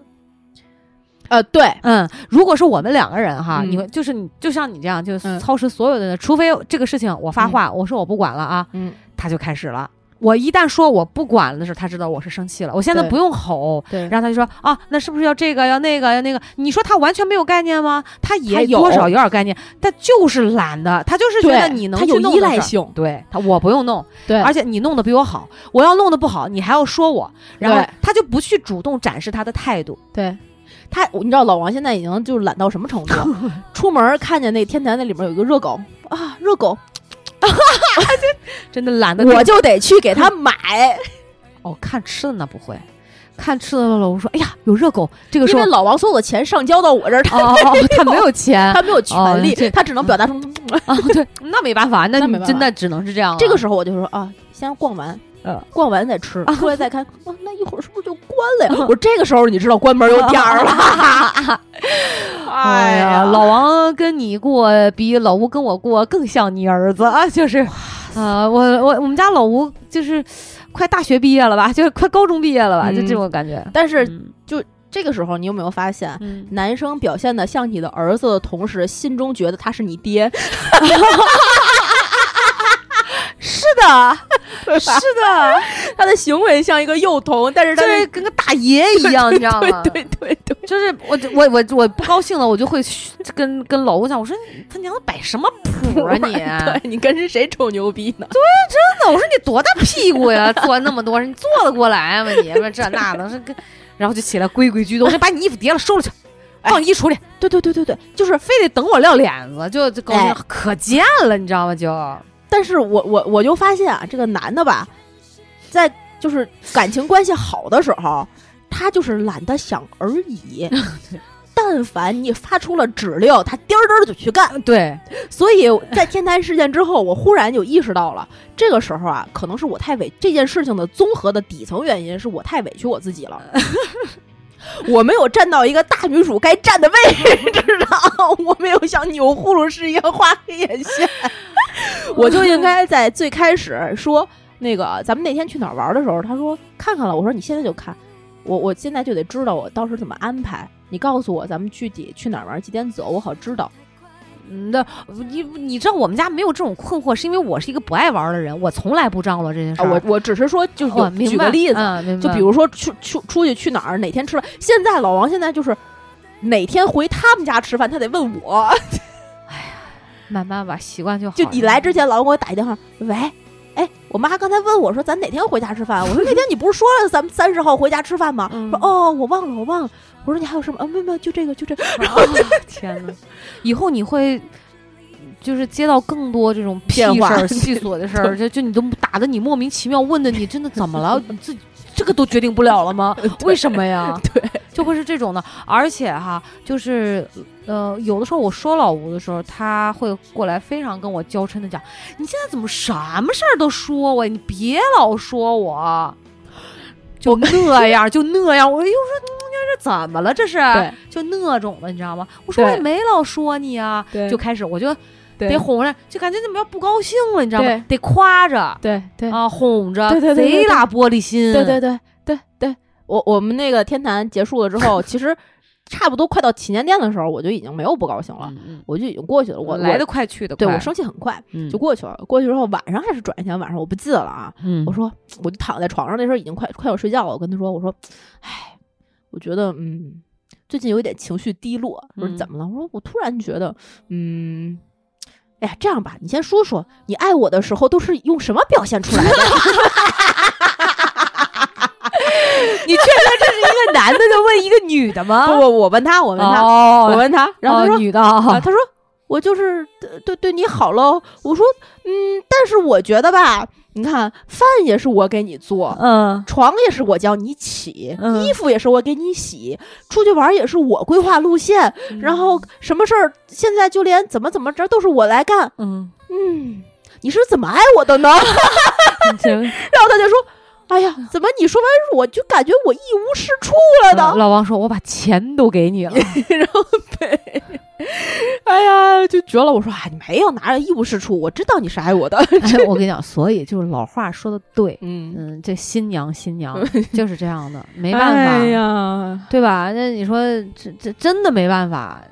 Speaker 3: 呃，对，
Speaker 2: 嗯，如果是我们两个人哈，
Speaker 3: 嗯
Speaker 2: 你会就是你就像你这样，就是
Speaker 3: 嗯
Speaker 2: 操持所有的，除非这个事情我发话，我说我不管了啊，
Speaker 3: 嗯，
Speaker 2: 他就开始了。我一旦说我不管了的时候，他知道我是生气了。我现在
Speaker 3: 对
Speaker 2: 不用吼，
Speaker 3: 对，
Speaker 2: 然后他就说啊，那是不是要这个要那个要那个？你说他完全没有概念吗？他
Speaker 3: 他
Speaker 2: 也
Speaker 3: 有
Speaker 2: 多少有点概念，但就是懒的，他就是觉得
Speaker 3: 对，
Speaker 2: 你能
Speaker 3: 他
Speaker 2: 去
Speaker 3: 有
Speaker 2: 弄
Speaker 3: 依
Speaker 2: 的
Speaker 3: 赖
Speaker 2: 事儿。
Speaker 3: 性，
Speaker 2: 对他，我不用弄，
Speaker 3: 对
Speaker 2: 而且你弄得比我好，我要弄得不好，你还要说我，然后
Speaker 3: 对
Speaker 2: 他就不去主动展示他的态度。
Speaker 3: 对。他，你知道老王现在已经就是懒到什么程度了？ 出门看见那天台那里面有一个热狗啊，热狗，
Speaker 2: 真的懒得
Speaker 3: 我就得去给
Speaker 2: 嗯
Speaker 3: 他买，
Speaker 2: 哦，看吃的那不会，看吃的了，我说哎呀，有热狗，这个
Speaker 3: 因
Speaker 2: 时候
Speaker 3: 为老王所有的钱上交到我这儿，他
Speaker 2: 哦哦哦，他没有钱
Speaker 3: 他没有权
Speaker 2: 哦这
Speaker 3: 利，他只能表达出。
Speaker 2: 啊，对，那没办法，那
Speaker 3: 那
Speaker 2: 你
Speaker 3: 没办
Speaker 2: 真
Speaker 3: 法
Speaker 2: 的只能是这样了。
Speaker 3: 这个时候我就说啊，嗯先逛完
Speaker 2: 呃。
Speaker 3: 逛完再吃，出来再看。哇，那一会儿是啊 不是就关了呀？我说这个时候你知道关门有点儿了。
Speaker 2: 哎呀，老王跟你过比老吴跟我过更像你儿子啊，就是，啊，我我我们家老吴就是快大学毕业了吧，就是快高中毕业了吧，就这
Speaker 3: 嗯
Speaker 2: 种感觉。
Speaker 3: 但是
Speaker 2: 嗯
Speaker 3: 这个时候你有没有发现，
Speaker 2: 嗯，
Speaker 3: 男生表现的像你的儿子的同时，心中觉得他是你 爹？
Speaker 2: 是的，
Speaker 3: 是的， 他的行为像一个幼童，但是他
Speaker 2: 就是跟个大爷一样，你知 道吗？
Speaker 3: 对对对对，
Speaker 2: 就是我我我我不高兴了，我就会嘘跟跟老吴讲，我说你他娘的摆什么谱啊你？
Speaker 3: 对你跟谁吹牛逼呢？
Speaker 2: 那我说你多大屁股呀， 做那么多，你坐得过来吗你？这那的，是跟，然后就起来规规矩矩，我说把你衣服叠了收了去，放衣橱里，
Speaker 3: 对对对对对，就是
Speaker 2: 非得等我撂脸子，就就高兴
Speaker 3: 哎嗯
Speaker 2: 可贱了，你知道吗？就
Speaker 3: 但是我我我就发现啊，这个男的吧，在就是感情关系好的时候，他就是懒得想而已。但凡你发出了指令，他颠儿颠儿就去干。
Speaker 2: 对，
Speaker 3: 所以在天台事件之后，我忽然就意识到了，这个时候啊，可能是我太委这件事情的综合的底层原因是我太委屈我自己了。我没有站到一个大女主该站的位置上，我没有像钮祜禄氏一样画黑眼线，我就应该在最开始说那个咱们那天去哪儿玩的时候，他说看看了，我说你现在就看，我我现在就得知道我到时怎么安排，你告诉我咱们具体去哪儿玩，几点走，我好知道。
Speaker 2: 嗯那你你知道我们家没有这种困惑，是因为我是一个不爱玩的人，我从来不张罗这件事
Speaker 3: 啊，
Speaker 2: 儿。
Speaker 3: 我我只是说，就是有
Speaker 2: 我明
Speaker 3: 举
Speaker 2: 白
Speaker 3: 个例子，
Speaker 2: 嗯明
Speaker 3: 就
Speaker 2: 白
Speaker 3: 比如说去去出去去哪儿，哪天吃饭。现在老王现在就是哪天回他们家吃饭，他得问我。
Speaker 2: 慢慢吧，习惯就好了。
Speaker 3: 就你来之前，老王给我打一电话，喂，哎，我妈刚才问我说咱哪天回家吃饭，啊我说那天你不是说了咱们三十号回家吃饭吗？
Speaker 2: 嗯
Speaker 3: 说哦，我忘了，我忘了。我说你还有什么？啊，没有没有，就这个，就这个。
Speaker 2: 啊，天哪！以后你会就是接到更多这种屁
Speaker 3: 电
Speaker 2: 事
Speaker 3: 话
Speaker 2: 儿、细琐的事儿，就就你都打的你莫名其妙，问的你真的怎么了？你自己这个都决定不了了吗？为什么呀？对，就会是这种的。而且哈，就是呃，有的时候我说老吴的时候，他会过来非常跟我娇嗔的讲：“你现在怎么什么事儿都说我？你别老说我。”就那样，就那样，我又说，嗯这怎么了？这是，
Speaker 3: 对
Speaker 2: 就那种的，你知道吗？我说我
Speaker 3: 对
Speaker 2: 也没老说你啊，
Speaker 3: 对
Speaker 2: 就开始我就
Speaker 3: 对
Speaker 2: 得哄着，就感觉怎么要不高兴了，你知道
Speaker 3: 对
Speaker 2: 吗？得夸着
Speaker 3: 对对
Speaker 2: 啊，哄着，
Speaker 3: 对对对对
Speaker 2: 贼
Speaker 3: 对
Speaker 2: 拉玻璃心，
Speaker 3: 对对对对对，我我们那个天坛结束了之 后，其实差不多快到祈年殿的时候，我就已经没有不高兴了，
Speaker 2: 嗯，嗯
Speaker 3: 我就已经过去了。我
Speaker 2: 我来
Speaker 3: 我
Speaker 2: 得快去得快，
Speaker 3: 对我生气很快，
Speaker 2: 嗯
Speaker 3: 就过去了。过去之后，晚上还是转一天晚上，我不记得了啊。
Speaker 2: 嗯
Speaker 3: 我说，我就躺在床上，那时候已经快快要睡觉了。我跟他说，我说，哎，我觉得，嗯，最近有一点情绪低落。我
Speaker 2: 嗯
Speaker 3: 说怎么了？我说我突然觉得，嗯，哎呀，这样吧，你先说说，你爱我的时候都是用什么表现出来的？
Speaker 2: 你确认这是一个男的在问一个女的吗？
Speaker 3: 不，我问他，我问他，
Speaker 2: 哦，
Speaker 3: 我问他，然后
Speaker 2: 哦
Speaker 3: 他说，
Speaker 2: 女的
Speaker 3: 啊，
Speaker 2: 啊，
Speaker 3: 他说呃我就是对对对你好喽。我说嗯，但是我觉得吧，你看，饭也是我给你做，
Speaker 6: 嗯，
Speaker 3: 床也是我叫你起，
Speaker 6: 嗯
Speaker 3: 衣服也是我给你洗，出去玩也是我规划路线，
Speaker 2: 嗯
Speaker 3: 然后什么事儿现在就连怎么怎么着都是我来干。
Speaker 6: 嗯，
Speaker 3: 嗯，你是怎么爱我的呢？
Speaker 6: 这
Speaker 3: 然后他就说：“哎呀，怎么你说完我就感觉我一无是处了呢？”
Speaker 2: 老王说：“我把钱都给你了。
Speaker 3: 然后被，哎呀，就绝了！我说，哎，你没有拿着一无是处，我知道你是爱我的。
Speaker 2: 哎”我跟你 讲，所以就是老话说的对，
Speaker 3: 嗯，
Speaker 2: 嗯，这新娘新 娘就是这样的，没办法。
Speaker 3: 哎呀，
Speaker 2: 对吧？那你说这这真的没办法。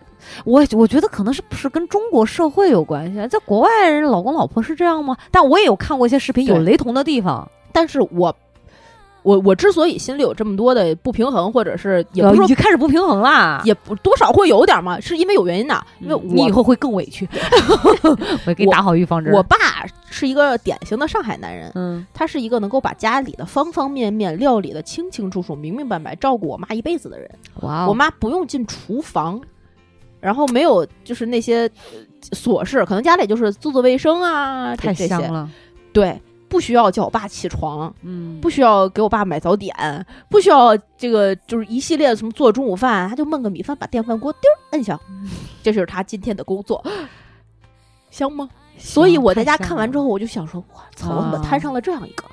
Speaker 2: 我我觉得可能是不是跟中国社会有关系啊？在国外人老公老婆是这样吗？但我也有看过一些视频，
Speaker 3: 对
Speaker 2: 有雷同的地方，
Speaker 3: 但是我，我我之所以心里有这么多的不平衡，或者是也不
Speaker 2: 有
Speaker 3: 是
Speaker 2: 已
Speaker 3: 说
Speaker 2: 经开始不平衡啦。
Speaker 3: 也不多少会有点嘛，是因为有原因的、因为我
Speaker 2: 嗯你以后会更委屈，我给你
Speaker 3: 我
Speaker 2: 打好预防针。
Speaker 3: 我爸是一个典型的上海男人，
Speaker 2: 嗯
Speaker 3: 他是一个能够把家里的方方面面料理的清清楚楚、明明白白，照顾我妈一辈子的人。
Speaker 2: 哇哦，
Speaker 3: 我妈不用进厨房，然后没有就是那些呃琐事，可能家里就是做做卫生啊，这
Speaker 2: 太
Speaker 3: 这
Speaker 2: 香
Speaker 3: 些
Speaker 2: 了，
Speaker 3: 对，不需要叫我爸起床，
Speaker 2: 嗯，
Speaker 3: 不需要给我爸买早点，不需要这个就是一系列什么做中午饭，他就焖个米饭，把电饭锅丢摁下，这就是他今天的工作， 香吗？所以
Speaker 2: 香
Speaker 3: 我在
Speaker 2: 太
Speaker 3: 家
Speaker 2: 香
Speaker 3: 看完
Speaker 2: 了
Speaker 3: 之后，我就想说，我操，我怎么
Speaker 2: 啊
Speaker 3: 摊上了这样一个？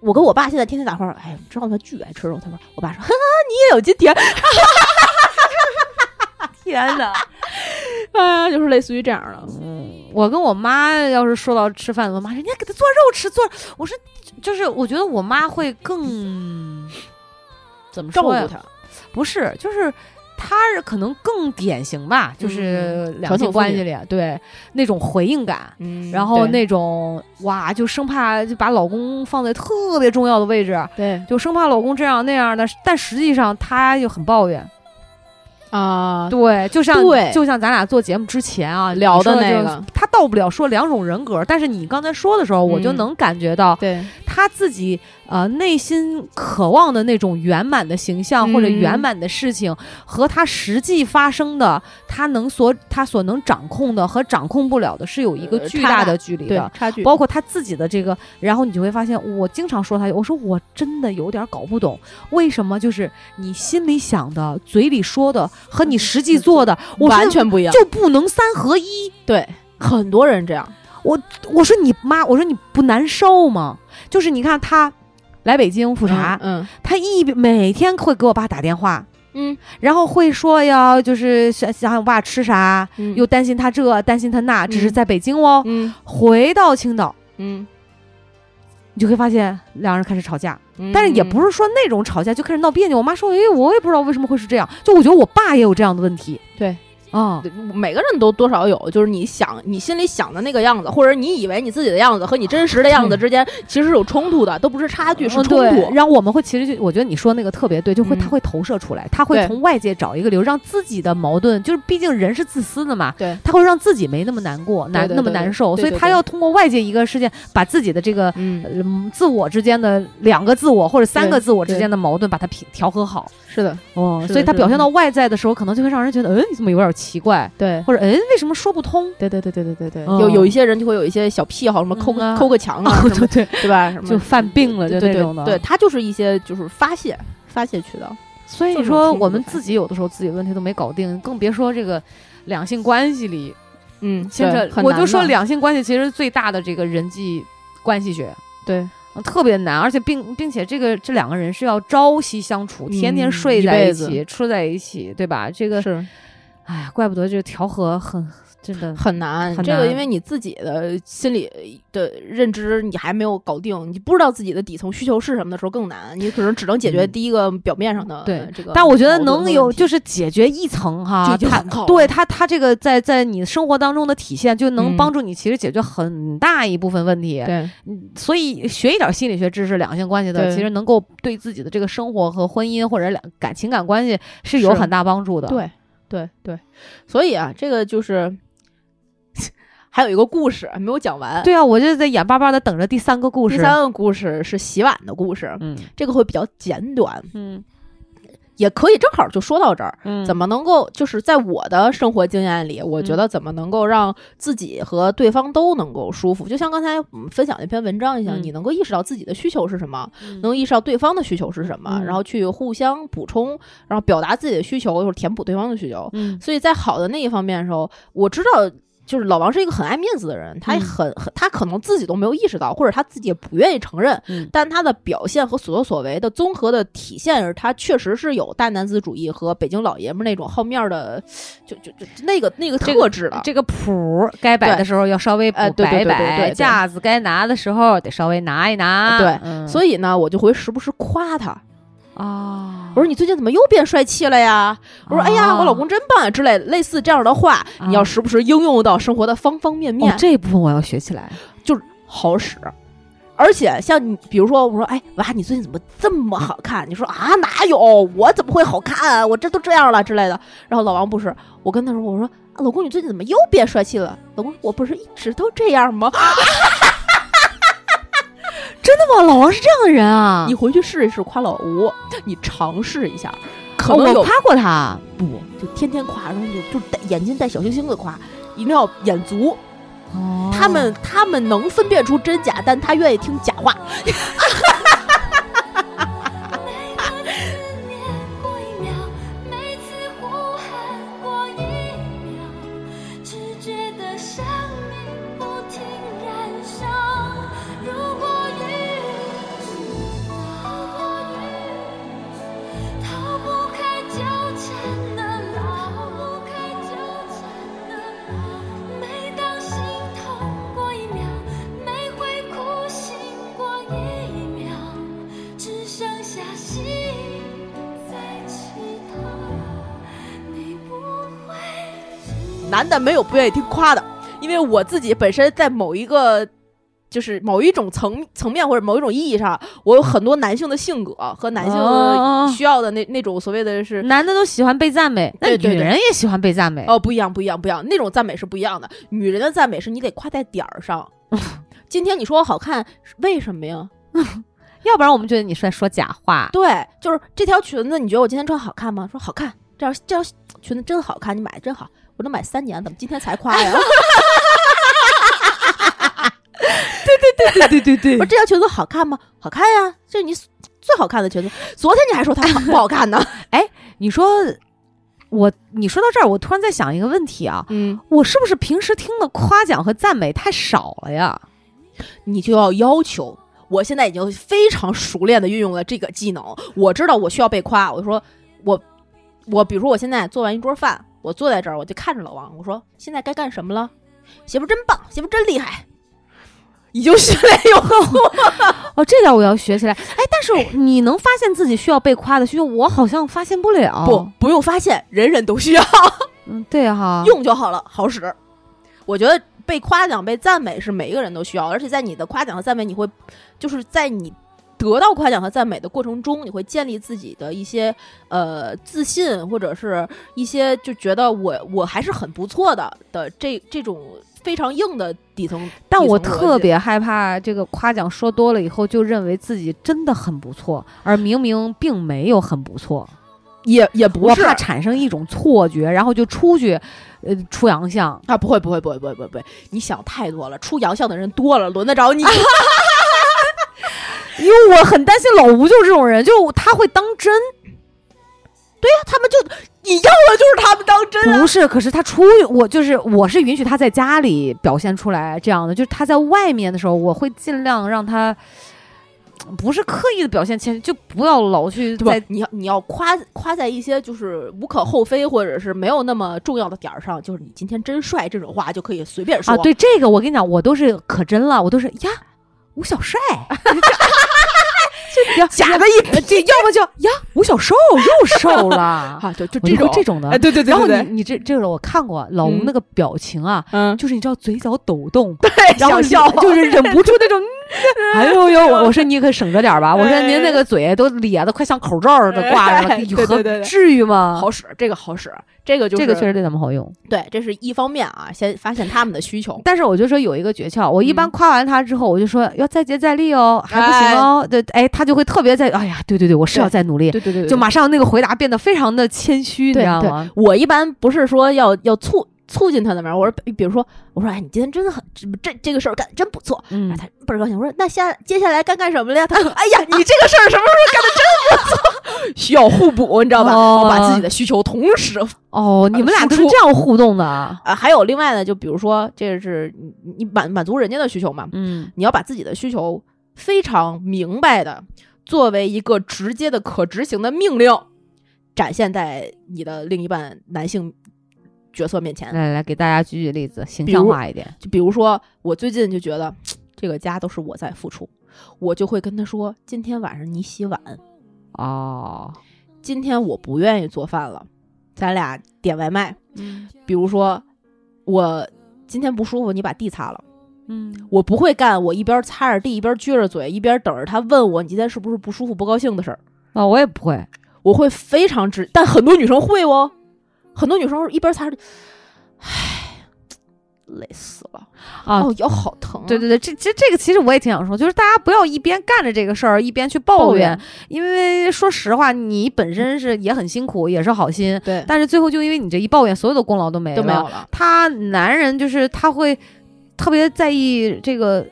Speaker 3: 我跟我爸现在天天打话，哎，你知道他巨爱吃肉，他说，我爸说，哈哈，你也有今 天，
Speaker 6: 天哪！
Speaker 3: 啊，就是类似于这样的，
Speaker 2: 嗯我跟我妈要是说到吃饭，我妈说你要给她做肉吃，做。我说就是我觉得我妈会更怎么
Speaker 3: 照顾
Speaker 2: 说呀？
Speaker 3: 他，
Speaker 2: 不是，就是他是可能更典型吧，就是两
Speaker 3: 嗯传统妇
Speaker 2: 性
Speaker 3: 女
Speaker 2: 关系里啊对那种回应感，
Speaker 3: 嗯
Speaker 2: 然后那种哇，就生怕就把老公放在特别重要的位置，啊
Speaker 3: 对
Speaker 2: 就生怕老公这样那样的，但实际上他又很抱怨。
Speaker 3: 啊，
Speaker 2: 对，就像
Speaker 3: 对
Speaker 2: 就像咱俩做节目之前啊
Speaker 3: 聊的
Speaker 2: 你说
Speaker 3: 那
Speaker 2: 就
Speaker 3: 个
Speaker 2: 他到不了说两种人格，但是你刚才说的时候，我就
Speaker 3: 嗯
Speaker 2: 能感觉到
Speaker 3: 对，
Speaker 2: 他自己呃内心渴望的那种圆满的形象
Speaker 3: 嗯
Speaker 2: 或者圆满的事情，和他实际发生的，他能所他所能掌控的和掌控不了的，是有一个
Speaker 3: 呃
Speaker 2: 巨
Speaker 3: 差
Speaker 2: 大
Speaker 3: 大
Speaker 2: 的距离的。
Speaker 3: 差距
Speaker 2: 包括他自己的这个，然后你就会发现，我经常说他，我说我真的有点搞不懂，为什么就是你心里想的、嘴里说的和你实际做的，我
Speaker 3: 嗯完
Speaker 2: 说
Speaker 3: 全不一样，
Speaker 2: 就不能三合一。
Speaker 3: 对，很多人这样，
Speaker 2: 我说你妈，我说你不难受吗？就是你看他来北京复查，
Speaker 3: 嗯
Speaker 2: 他一边每天会给我爸打电话，
Speaker 3: 嗯，
Speaker 2: 然后会说呀，就是想想我爸吃啥，
Speaker 3: 嗯
Speaker 2: 又担心他这，担心他那，只是
Speaker 3: 嗯
Speaker 2: 在北京哦。
Speaker 3: 嗯
Speaker 2: 回到青岛，
Speaker 3: 嗯，
Speaker 2: 你就会发现两人开始吵架，
Speaker 3: 嗯
Speaker 2: 但是也不是说那种吵架就开始闹别扭。我妈说，哎，我也不知道为什么会是这样，就我觉得我爸也有这样的问题。
Speaker 3: 对，
Speaker 2: 啊、
Speaker 3: 每个人都多少有，就是你想你心里想的那个样子，或者你以为你自己的样子和你真实的样子之间其实是有冲突的，都不是差距，是
Speaker 2: 嗯
Speaker 3: 冲突
Speaker 2: 对，。然后我们会其实就我觉得你说那个特别对，就会
Speaker 3: 嗯
Speaker 2: 他会投射出来，他会
Speaker 3: 对
Speaker 2: 从外界找一个理由，让自己的矛盾，就是毕竟人是自私的嘛，
Speaker 3: 对，
Speaker 2: 他会让自己没那么难过，难
Speaker 3: 对对
Speaker 2: 那么
Speaker 3: 对
Speaker 2: 难
Speaker 3: 对
Speaker 2: 受，
Speaker 3: 对
Speaker 2: 所以
Speaker 3: 对
Speaker 2: 他
Speaker 3: 对
Speaker 2: 要通过外界一个事件，把自己的这个。
Speaker 3: 嗯，
Speaker 2: 嗯，自我之间的两个自我或者三个
Speaker 3: 对
Speaker 2: 自我之
Speaker 3: 对
Speaker 2: 间的矛盾，把它平调和好
Speaker 3: 是的，
Speaker 2: 哦，
Speaker 3: 是
Speaker 2: 所以
Speaker 3: 的
Speaker 2: 他
Speaker 3: 是
Speaker 2: 表现
Speaker 3: 的
Speaker 2: 到外在的时候，可能就会让人觉得，嗯，你怎么有点奇怪，
Speaker 3: 对，
Speaker 2: 或者嗯，为什么说不通？
Speaker 3: 对对对对对对对
Speaker 2: 嗯
Speaker 3: 有有一些人就会有一些小癖好，什么抠
Speaker 2: 嗯
Speaker 3: 个
Speaker 2: 啊
Speaker 3: 抠个墙啊，什么
Speaker 2: 对，
Speaker 3: 对吧？什么
Speaker 2: 就犯病了，就
Speaker 3: 对
Speaker 2: 那
Speaker 3: 对
Speaker 2: 种的。
Speaker 3: 对，，他就是一些就是发泄发泄渠道。
Speaker 2: 所以
Speaker 3: 这种
Speaker 2: 说
Speaker 3: 冲突
Speaker 2: 我们
Speaker 3: 反
Speaker 2: 自己有的时候自己问题都没搞定，更别说这个两性关系里
Speaker 3: 嗯，
Speaker 2: 牵扯
Speaker 3: 对。很
Speaker 2: 我就
Speaker 3: 难
Speaker 2: 说
Speaker 3: 的
Speaker 2: 两性关系其实最大的这个人际关系学，
Speaker 3: 对，
Speaker 2: 嗯特别难，而且并并且这个这两个人是要朝夕相处，天天
Speaker 3: 嗯
Speaker 2: 睡
Speaker 3: 一
Speaker 2: 在一
Speaker 3: 辈子
Speaker 2: 起，吃在一起，对吧？这个，
Speaker 3: 是
Speaker 2: 哎呀，怪不得这个调和很真的
Speaker 3: 很难，
Speaker 2: 很
Speaker 3: 这个
Speaker 2: 难
Speaker 3: 因为你自己的心理的认知你还没有搞定，你不知道自己的底层需求是什么的时候更难，你可能只能解决
Speaker 2: 嗯
Speaker 3: 第一个表面上的
Speaker 2: 对
Speaker 3: 呃这个矛盾和问题。
Speaker 2: 但我觉得能有就是是解决一层
Speaker 3: 就
Speaker 2: 哈，
Speaker 3: 已经
Speaker 2: 它
Speaker 3: 很好了啊
Speaker 2: 对它它这个在在你生活当中的体现，就能
Speaker 3: 嗯
Speaker 2: 帮助你其实解决很大一部分问题。
Speaker 3: 对
Speaker 2: 嗯所以学一点心理学知识，两性关系的，
Speaker 3: 对
Speaker 2: 其实能够对自己的这个生活和婚姻或者两感情感关系是有
Speaker 3: 是
Speaker 2: 很大帮助的。，
Speaker 3: 对对对，所以啊，这个就是 还有一个故事没有讲完。
Speaker 2: 对啊，我就在眼巴巴的等着第三个故事。
Speaker 3: 第三个故事是洗碗的故事，
Speaker 2: 嗯
Speaker 3: 这个会比较简短。
Speaker 2: 嗯
Speaker 3: 也可以正好就说到这儿，
Speaker 2: 嗯
Speaker 3: 怎么能够就是在我的生活经验里，我觉得怎么能够让自己和对方都能够舒服？就像刚才我们分享那篇文章一样，
Speaker 2: 嗯
Speaker 3: 你能够意识到自己的需求是什么，能意识到对方的需求是什么，
Speaker 2: 嗯
Speaker 3: 然后去互相补充，然后表达自己的需求，或者填补对方的需求。
Speaker 2: 嗯
Speaker 3: 所以在好的那一方面的时候，我知道。就是老王是一个很爱面子的人，他
Speaker 2: 嗯
Speaker 3: 很很，他可能自己都没有意识到，或者他自己也不愿意承认，
Speaker 2: 嗯
Speaker 3: 但他的表现和所作所为的综合的体现是，他确实是有大男子主义和北京老爷们儿那种好面儿的，就就就那个那个
Speaker 2: 这个
Speaker 3: 特质了。
Speaker 2: 这个谱儿该摆的时候要稍微
Speaker 3: 呃
Speaker 2: 摆
Speaker 3: 对对
Speaker 2: 摆，
Speaker 3: 对对对对
Speaker 2: 架子该拿的时候得稍微拿一拿。
Speaker 3: 对
Speaker 2: 嗯
Speaker 3: 所以呢，我就会时不时夸他，
Speaker 2: 啊，
Speaker 3: 我说你最近怎么又变帅气了呀？我说哎呀，
Speaker 2: 哦
Speaker 3: 我老公真棒啊之类类似这样的话，你要时不时应用到生活的方方面面
Speaker 2: 哦，，这部分我要学起来。
Speaker 3: 就是好使。而且像你，比如说，我说，哎，娃，你最近怎么这么好看？你说啊，哪有？我怎么会好看、啊？我这都这样了之类的。然后老王不是，我跟他说，我说，啊、老公，你最近怎么又变帅气了？老公，我不是一直都这样吗？
Speaker 2: 哇，老王是这样的人啊！
Speaker 3: 你回去试一试夸老吴，你尝试一下，可
Speaker 2: 哦
Speaker 3: 能有、
Speaker 2: 我夸过他，
Speaker 3: 不就天天夸，然后你就就带眼睛带小星星的夸，一定要眼足。
Speaker 2: 哦
Speaker 3: 他们他们能分辨出真假，但他愿意听假话。
Speaker 4: 念过一秒，每次呼喊过一秒，只觉得生命不停燃烧。如果雨知道，逃不开纠缠的牢，逃不开纠缠的牢。每当心痛过一秒，每回哭醒过一秒，只剩下心。在祈祷，你不会知道。
Speaker 3: 男的没有不愿意听夸的，因为我自己本身在某一个。就是某一种层层面或者某一种意义上，我有很多男性的性格和男性
Speaker 2: 哦嗯
Speaker 3: 需要的那、那种所谓的是
Speaker 2: 男的都喜欢被赞美，那
Speaker 3: 对
Speaker 2: 女
Speaker 3: 对对
Speaker 2: 人也喜欢被赞美。
Speaker 3: 哦不一样不一样不一样，那种赞美是不一样的。女人的赞美是你得夸在点儿上。今天你说我好看，是为什么呀？
Speaker 2: 要不然我们觉得你在说假话。
Speaker 3: 对，就是这条裙子，你觉得我今天穿好看吗？说好看，这条这条裙子真好看，你买的真好，我都买三年了，怎么今天才夸呀？
Speaker 2: 对对对对
Speaker 3: 我说这条裙子好看吗？好看呀、这是你最好看的裙子。昨天你还说它好不好看呢。
Speaker 2: 你说我，你说到这儿，我突然在想一个问题啊，
Speaker 3: 嗯，
Speaker 2: 我是不是平时听的夸奖和赞美太少了呀？
Speaker 3: 你就要要求。我现在已经非常熟练的运用了这个技能，我知道我需要被夸。我说我我，比如说我现在做完一桌饭，我坐在这儿，我就看着老王，我说现在该干什么了？媳妇真棒，媳妇真厉害，已经训练有素。
Speaker 2: 哦，这点我要学起来。哎，但是你能发现自己需要被夸的需求，我好像发现不了。
Speaker 3: 不，，不用发现，人人都需要。
Speaker 2: 嗯，对哈，
Speaker 3: 用就好了，好使。我觉得被夸奖、被赞美是每一个人都需要，而且在你的夸奖和赞美，你会就是在你得到夸奖和赞美的过程中，你会建立自己的一些呃自信，或者是一些就觉得我我还是很不错的的这这种非常硬的底层。
Speaker 2: 但我
Speaker 3: 底层逻辑
Speaker 2: 特别害怕这个夸奖说多了以后，就认为自己真的很不错，而明明并没有很不错。
Speaker 3: 也也不
Speaker 2: 我
Speaker 3: 是
Speaker 2: 怕产生一种错觉，然后就出去，呃，出洋相。
Speaker 3: 啊，不会不会不会不会不会不会，你想太多了，出洋相的人多了，轮得着你。
Speaker 2: 因为我很担心老吴就是这种人，就是他会当真，
Speaker 3: 他们就你要的就是他们当真啊。
Speaker 2: 不是？可是他出我就是我是允许他在家里表现出来这样的，就是他在外面的时候，我会尽量让他。不是刻意的表现，前就不要老去
Speaker 3: 对吧
Speaker 2: 在？
Speaker 3: 你要你要夸夸在一些就是无可厚非或者是没有那么重要的点儿上，就是你今天真帅这种话就可以随便说。
Speaker 2: 啊，对这个我跟你讲，我都是可真了，我都是呀，吴小 帅，这假的 一，这要么就呀，吴小瘦又瘦了，
Speaker 3: 啊，就就
Speaker 2: 我就会
Speaker 3: 这种
Speaker 2: 这种的，
Speaker 3: 哎，对对对，
Speaker 2: 然后
Speaker 3: 对对
Speaker 2: 你你这这个我看过，老吴
Speaker 3: 嗯
Speaker 2: 那个表情啊，
Speaker 3: 嗯，
Speaker 2: 就是你知道嘴角抖动，
Speaker 3: 对，
Speaker 2: 然后
Speaker 3: 想笑
Speaker 2: 就就是忍不住那种嗯哎呦呦，我我说你可省着点儿吧，我说您那个嘴都咧的快像口罩似的挂着了，
Speaker 3: 哎
Speaker 2: 你
Speaker 3: 对
Speaker 2: 何
Speaker 3: 对对对
Speaker 2: 至于吗？
Speaker 3: 好使，这个好使，这个就是
Speaker 2: 这个确实对咱们好用，
Speaker 3: 对，这是一方面啊，先发现他们的需求。
Speaker 2: 但是我就说有一个诀窍，我一
Speaker 3: 嗯
Speaker 2: 般夸完他之后，我就说要再接再厉哦，还不行哦，对，哎，他就会特别在，哎呀，对对对，我是要再努力，
Speaker 3: 对对对
Speaker 2: 就马上那个回答变得非常的谦虚，你知
Speaker 3: 对
Speaker 2: 道
Speaker 3: 对哎
Speaker 2: 吗？
Speaker 3: 我一般不是说要要促促进他怎么样，我说比比如说我说哎，你今天真很这这个事儿干得真不错，
Speaker 2: 嗯
Speaker 3: 然后，他倍儿高兴。我说那下接下来该干什么了呀？他 说哎呀，你这个事儿什么时候干的真不错， 需要互补，你知道吧？
Speaker 2: 哦
Speaker 3: 我把自己的需求同时
Speaker 2: 哦，你们俩
Speaker 3: 输
Speaker 2: 都是
Speaker 3: 出
Speaker 2: 这样互动的啊，
Speaker 3: 啊，还有另外呢，就比如说这是你你满满足人家的需求嘛，
Speaker 2: 嗯，
Speaker 3: 你要把自己的需求非常明白的作为一个直接的可执行的命令，展现在你的另一半男性角色面前。
Speaker 2: 嗯来来来，给大家举举例子，形
Speaker 3: 比
Speaker 2: 象
Speaker 3: 如
Speaker 2: 化一点，
Speaker 3: 就比如说，我最近就觉得这个家都是我在付出，我就会跟他说：“今天晚上你洗碗，
Speaker 2: 哦，
Speaker 3: 今天我不愿意做饭了，咱俩点外卖。”
Speaker 2: 嗯
Speaker 3: 比如说，我今天不舒服，你把地擦了。
Speaker 2: 嗯，
Speaker 3: 我不会干，我一边擦着地，一边撅着嘴，一边等着他问我你今天是不是不舒服、不高兴的事儿。
Speaker 2: 啊，我也不会，
Speaker 3: 我会非常直，但很多女生会哦，很多女生一边擦着地，唉，累死了
Speaker 2: 啊
Speaker 3: 哦，腰好疼、啊。
Speaker 2: 对对对，这其实这个其实我也挺想说，就是大家不要一边干着这个事儿一边去抱
Speaker 3: 抱
Speaker 2: 怨，
Speaker 3: 怨
Speaker 2: 因为说实话，你本身是也很辛苦，也是好心，
Speaker 3: 对，
Speaker 2: 但是最后就因为你这一抱怨，所有的功劳都没
Speaker 3: 都没
Speaker 2: 了
Speaker 3: 有了。
Speaker 2: 他男人就是他会特别在意这个。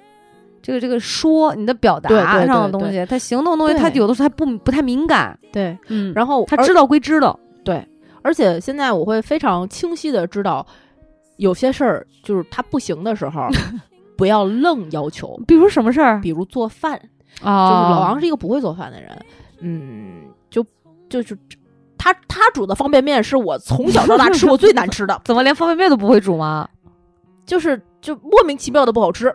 Speaker 2: 这个这个说你的表达
Speaker 3: 对对对
Speaker 2: 上的东西，他行动的东西，他
Speaker 3: 对
Speaker 2: 有的时候他不不太敏感，
Speaker 3: 对，
Speaker 2: 嗯，
Speaker 3: 然后
Speaker 2: 他
Speaker 3: 而
Speaker 2: 知道归知道，
Speaker 3: 而且现在我会非常清晰的知道，有些事儿就是他不行的时 候，不要愣要求，
Speaker 2: 比如什么事儿
Speaker 3: 比如做饭，
Speaker 2: 啊，
Speaker 3: 就是老王是一个不会做饭的人，嗯，就就是他他煮的方便面是我从小到大吃过最难
Speaker 2: ，
Speaker 3: 吃的
Speaker 2: 怎么连方便面都不会煮吗？
Speaker 3: 就是就莫名其妙的不好吃。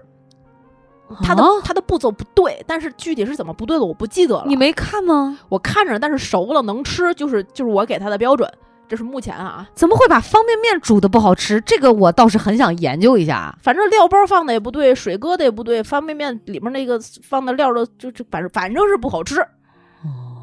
Speaker 3: 他的、
Speaker 2: 啊
Speaker 3: 他的步骤不对，但是具体是怎么不对的我不记得了。
Speaker 2: 你没看吗？
Speaker 3: 我看着，但是熟了能吃，就是就是我给他的标准，这是目前啊。
Speaker 2: 怎么会把方便面煮的不好吃？这个我倒是很想研究一下。
Speaker 3: 反正料包放的也不对，水搁的也不对，方便面里面那个放的料的就就反正反正是不好吃，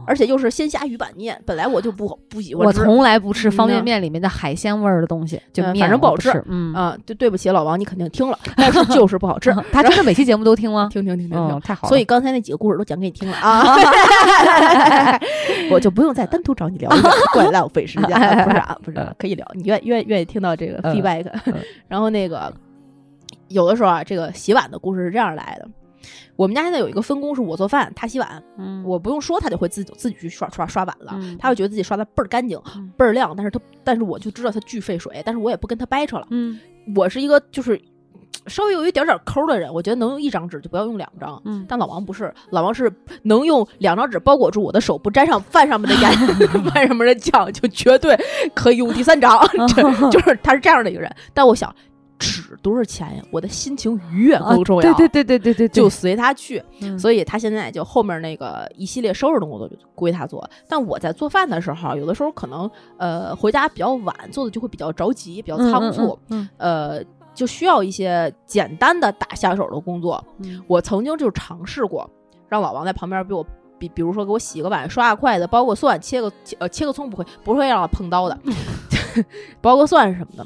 Speaker 3: 而且又是鲜虾鱼板面，本来我就不好不喜欢
Speaker 2: 我
Speaker 3: 吃。
Speaker 2: 从来不吃方便
Speaker 3: 嗯
Speaker 2: 面里面的海鲜味儿的东西，就
Speaker 3: 嗯
Speaker 2: 面
Speaker 3: 反正不
Speaker 2: 我
Speaker 3: 好吃
Speaker 2: 吃。嗯，
Speaker 3: 啊，对对不起，老王，你肯定听了，但是就是不 好吃。
Speaker 2: 他真的每期节目都听 吗？
Speaker 3: 听听听听
Speaker 2: 嗯，
Speaker 3: 听，
Speaker 2: 太好了。
Speaker 3: 所以刚才那几个故事都讲给你听了啊， 我就不用再单独找你聊一聊，怪浪费时 间了。不是啊，不是啊，可以聊，你愿愿愿意听到这个
Speaker 2: 嗯
Speaker 3: feedback
Speaker 2: 嗯。
Speaker 3: 然后那个有的时候啊，这个洗碗的故事是这样来的。我们家现在有一个分工，是我做饭，他洗碗。
Speaker 2: 嗯
Speaker 3: 我不用说，他就会自己自己去刷刷刷碗了。
Speaker 2: 嗯
Speaker 3: 他会觉得自己刷的倍儿干净
Speaker 2: 嗯、
Speaker 3: 倍儿亮，但是他但是我就知道他巨费水，但是我也不跟他掰扯了。
Speaker 2: 嗯
Speaker 3: 我是一个就是稍微有一点点抠的人，我觉得能用一张纸就不要用两张。
Speaker 2: 嗯
Speaker 3: 但老王不是，老王是能用两张纸包裹住我的手，不沾上饭上面的 盐、饭上面的酱，就绝对可以用第 三张。这就是他是这样的一个人。但我想，纸多少钱呀？我的心情愉悦
Speaker 2: 啊
Speaker 3: 更重要。
Speaker 2: 对对对对对对，对
Speaker 3: 就随他去，
Speaker 2: 嗯
Speaker 3: 所以他现在就后面那个一系列收拾的工作就归他做。但我在做饭的时候，有的时候可能呃回家比较晚，做的就会比较着急，比较仓促。，
Speaker 2: 嗯
Speaker 3: 呃，就需要一些简单的打下手的工作。
Speaker 2: 嗯
Speaker 3: 我曾经就尝试过，让老王在旁边比我比，比如说给我洗个碗、刷个筷子、剥个蒜、切个切呃切个葱，不会不会让我碰刀的， 剥个蒜什么的。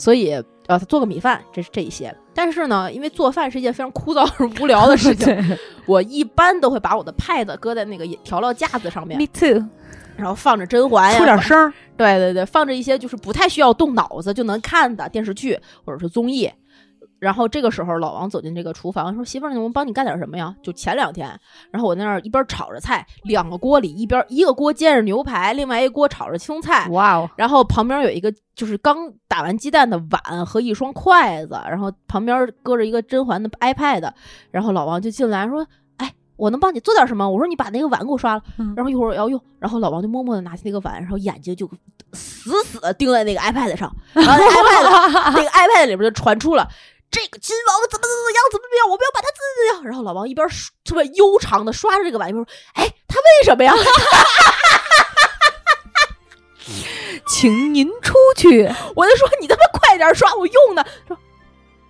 Speaker 3: 所以呃，做个米饭，这是这一些。但是呢，因为做饭是一件非常枯燥而无聊的事 情，我一般都会把我的派子搁在那个调料架子上面，
Speaker 2: ，me too，
Speaker 3: 然后放着甄嬛呀，
Speaker 2: 出点声儿，
Speaker 3: 对对对，放着一些就是不太需要动脑子就能看的电视剧或者是综艺。然后这个时候，老王走进这个厨房，说：“媳妇儿，我们帮你干点什么呀？”就前两天，然后我在那儿一边炒着菜，两个锅里一边一个锅煎着牛排，另外一个锅炒着青菜，
Speaker 2: 哇哦，
Speaker 3: 然后旁边有一个就是刚打完鸡蛋的碗和一双筷子，然后旁边搁着一个甄嬛的 iPad，然后老王就进来说：“哎，我能帮你做点什么？”我说：“你把那个碗给我刷了。
Speaker 2: 嗯
Speaker 3: 然后一会儿我要用。然后老王就默默的拿起那个碗，然后眼睛就死死的盯在那个 iPad 上，然后那个 iPad 那个 iPad 里边就传出了。这个亲王怎么怎么样怎么怎么样，我们要把他怎么样。然后老王一边说特别悠长的刷着这个碗，一边说：“哎，他为什么呀？”
Speaker 2: 请您出 去，
Speaker 3: 我就说你他妈快点刷，我用呢。说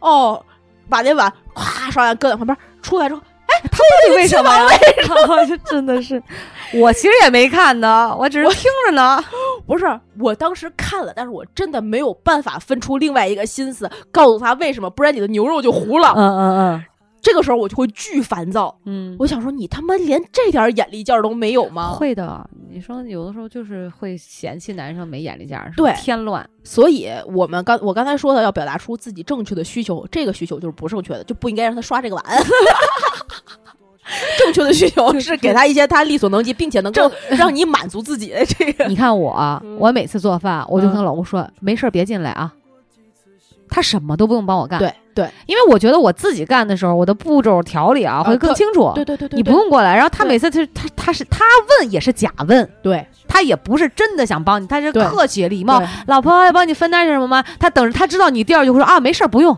Speaker 3: 哦，把那碗咵刷完搁在旁边，出来之后，
Speaker 2: 他到底为什么呀？就 真的是，我其实也没看呢，我只是听着呢。
Speaker 3: 不是，我当时看了，但是我真的没有办法分出另外一个心思，告诉他为什么，不然你的牛肉就糊了。
Speaker 2: 嗯
Speaker 3: 这个时候我就会巨烦躁，
Speaker 2: 嗯嗯
Speaker 3: 我想说你他妈连这点眼力劲儿都没有
Speaker 2: 嗯，
Speaker 3: 吗？
Speaker 2: 会的。女生有的时候就是会嫌弃男生没眼力见儿，是
Speaker 3: 对
Speaker 2: 添乱。
Speaker 3: 所以我们刚我刚才说的要表达出自己正确的需求，这个需求就是不正确的，就不应该让他刷这个碗。 正确的需求是给他一些他力所能及，并且能够让你满足自己 的这个。
Speaker 2: 你看我啊，
Speaker 3: 嗯
Speaker 2: 我每次做饭，我就
Speaker 3: 嗯
Speaker 2: 跟老公说，没事儿别进来啊。他什么都不用帮我干，
Speaker 3: 对对
Speaker 2: 因为我觉得我自己干的时候，我的步骤条理啊会更
Speaker 3: 呃对
Speaker 2: 清楚。
Speaker 3: 对对对
Speaker 2: 你不用过来。然后他
Speaker 3: 对
Speaker 2: 每次他他他是他问也是假问，
Speaker 3: 对
Speaker 2: 他也不是真的想帮你，他是
Speaker 3: 对
Speaker 2: 客气礼貌
Speaker 3: 对。
Speaker 2: 老婆要帮你分担什么吗？他等着他知道你第二句会说啊，没事儿不用。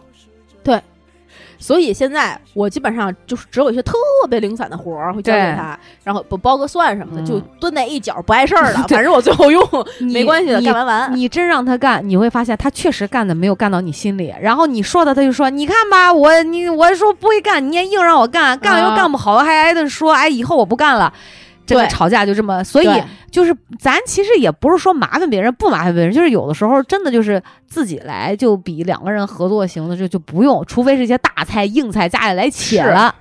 Speaker 3: 所以现在我基本上就是只有一些特别零散的活儿会交给
Speaker 2: 对
Speaker 3: 他，然后不包个蒜什么的，
Speaker 2: 嗯
Speaker 3: 就蹲在一角不碍事儿了。
Speaker 2: 对
Speaker 3: 反正我最后用没
Speaker 2: 你
Speaker 3: 关系的，
Speaker 2: 你
Speaker 3: 干完 完。
Speaker 2: 你真让他干，你会发现他确实干的没有干到你心里。然后你说的，他就说：“你看吧，我你我说不会干，你也硬让我干，干了又
Speaker 3: 啊
Speaker 2: 干不好，还挨顿说，哎，以后我不干了。”这个
Speaker 3: 对
Speaker 2: 吵架就这么，所以
Speaker 3: 对
Speaker 2: 就是咱其实也不是说麻烦别人不麻烦别人，就是有的时候真的就是自己来就比两个人合作型的就就不用，除非是一些大菜硬菜家里来且了，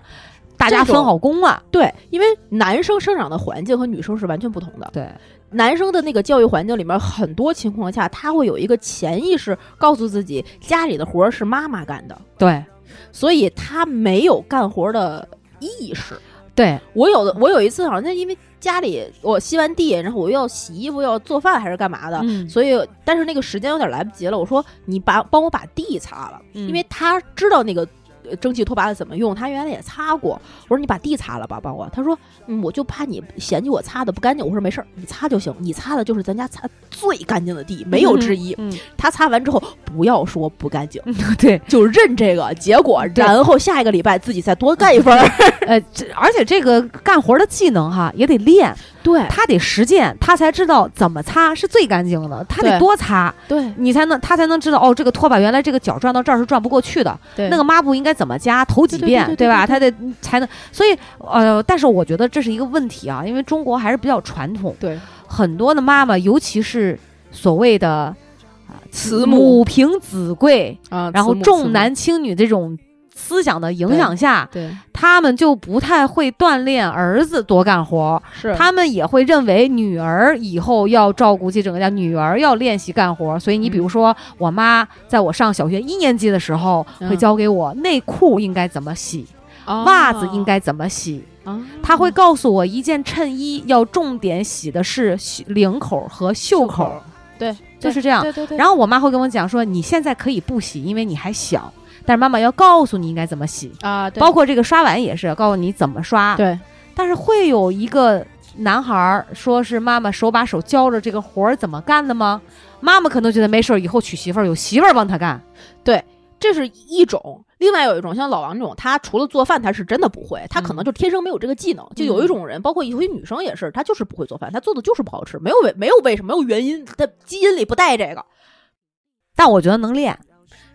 Speaker 2: 大家
Speaker 3: 这种
Speaker 2: 分好工了。
Speaker 3: 对，因为男生生长的环境和女生是完全不同的。
Speaker 2: 对，
Speaker 3: 男生的那个教育环境里面，很多情况下他会有一个潜意识告诉自己，家里的活儿是妈妈干的，
Speaker 2: 对
Speaker 3: 所以他没有干活儿的意识。
Speaker 2: 对，
Speaker 3: 我有的，我有一次好像因为家里我吸完地，然后我又要洗衣服，又要做饭还是干嘛的，
Speaker 2: 嗯
Speaker 3: 所以但是那个时间有点来不及了。我说你把帮我把地擦了，
Speaker 2: 嗯
Speaker 3: 因为他知道那个。呃蒸汽拖把怎么用？他原来也擦过。我说你把地擦了吧，帮我。他说，嗯，我就怕你嫌弃我擦的不干净。我说没事儿，你擦就行。你擦的就是咱家擦最干净的地，没有之一。
Speaker 2: 嗯，
Speaker 3: 他擦完之后，不要说不干 净，
Speaker 2: 对，
Speaker 3: 就认这个结果，
Speaker 2: 对
Speaker 3: 然后下一个礼拜自己再多干一份儿。
Speaker 2: 呃，这而且这个干活的技能哈也得练，
Speaker 3: 对
Speaker 2: 他得实践，他才知道怎么擦是最干净的，他
Speaker 3: 对
Speaker 2: 得多擦，
Speaker 3: 对
Speaker 2: 你才能他才能知道哦，这个拖把原来这个角转到这儿是转不过去的，
Speaker 3: 对
Speaker 2: 那个抹布应该怎么加，头几
Speaker 3: 对对
Speaker 2: 遍，
Speaker 3: 对对
Speaker 2: 吧？
Speaker 3: 对
Speaker 2: 他得才能，所以呃，但是我觉得这是一个问题啊，因为中国还是比较传统，
Speaker 3: 对
Speaker 2: 很多的妈妈，尤其是所谓的呃
Speaker 3: 慈
Speaker 2: 母凭子贵，
Speaker 3: 啊
Speaker 2: 然后重男轻女这种思想的影响下，
Speaker 3: 对
Speaker 2: 他们就不太会锻炼儿子多干活，
Speaker 3: 是
Speaker 2: 他们也会认为女儿以后要照顾起整个家，女儿要练习干活。所以你比如说，我妈在我上小学一年级的时候，
Speaker 3: 嗯
Speaker 2: 会教给我内裤应该怎么洗，袜子应该怎么洗。
Speaker 3: 哦啊，
Speaker 2: 她会告诉我，一件衬衣要重点洗的是袖领口和袖口，
Speaker 3: 对，
Speaker 2: 就是这样。
Speaker 3: 对对对，
Speaker 2: 然后我妈会跟我讲说，你现在可以不洗，因为你还小，但是妈妈要告诉你应该怎么洗。
Speaker 3: 后啊，对
Speaker 2: 包括这个刷碗也是，告诉你怎么刷。
Speaker 3: 对
Speaker 2: 但是会有一个男孩儿说是妈妈手把手教着这个活儿怎么干的吗？妈妈可能觉得没事儿，以后娶媳妇儿有媳妇儿帮他干。
Speaker 3: 这是一种。另外有一种像老王这种，他除了做饭，他是真的不会，他可
Speaker 2: 嗯
Speaker 3: 能就天生没有这个技能。就有一种人，包括有些女生也是，她就是不会做饭，她做的就是不好吃，没有为没有为什么，没有原因，她基因里不带这个。
Speaker 2: 但我觉得能练，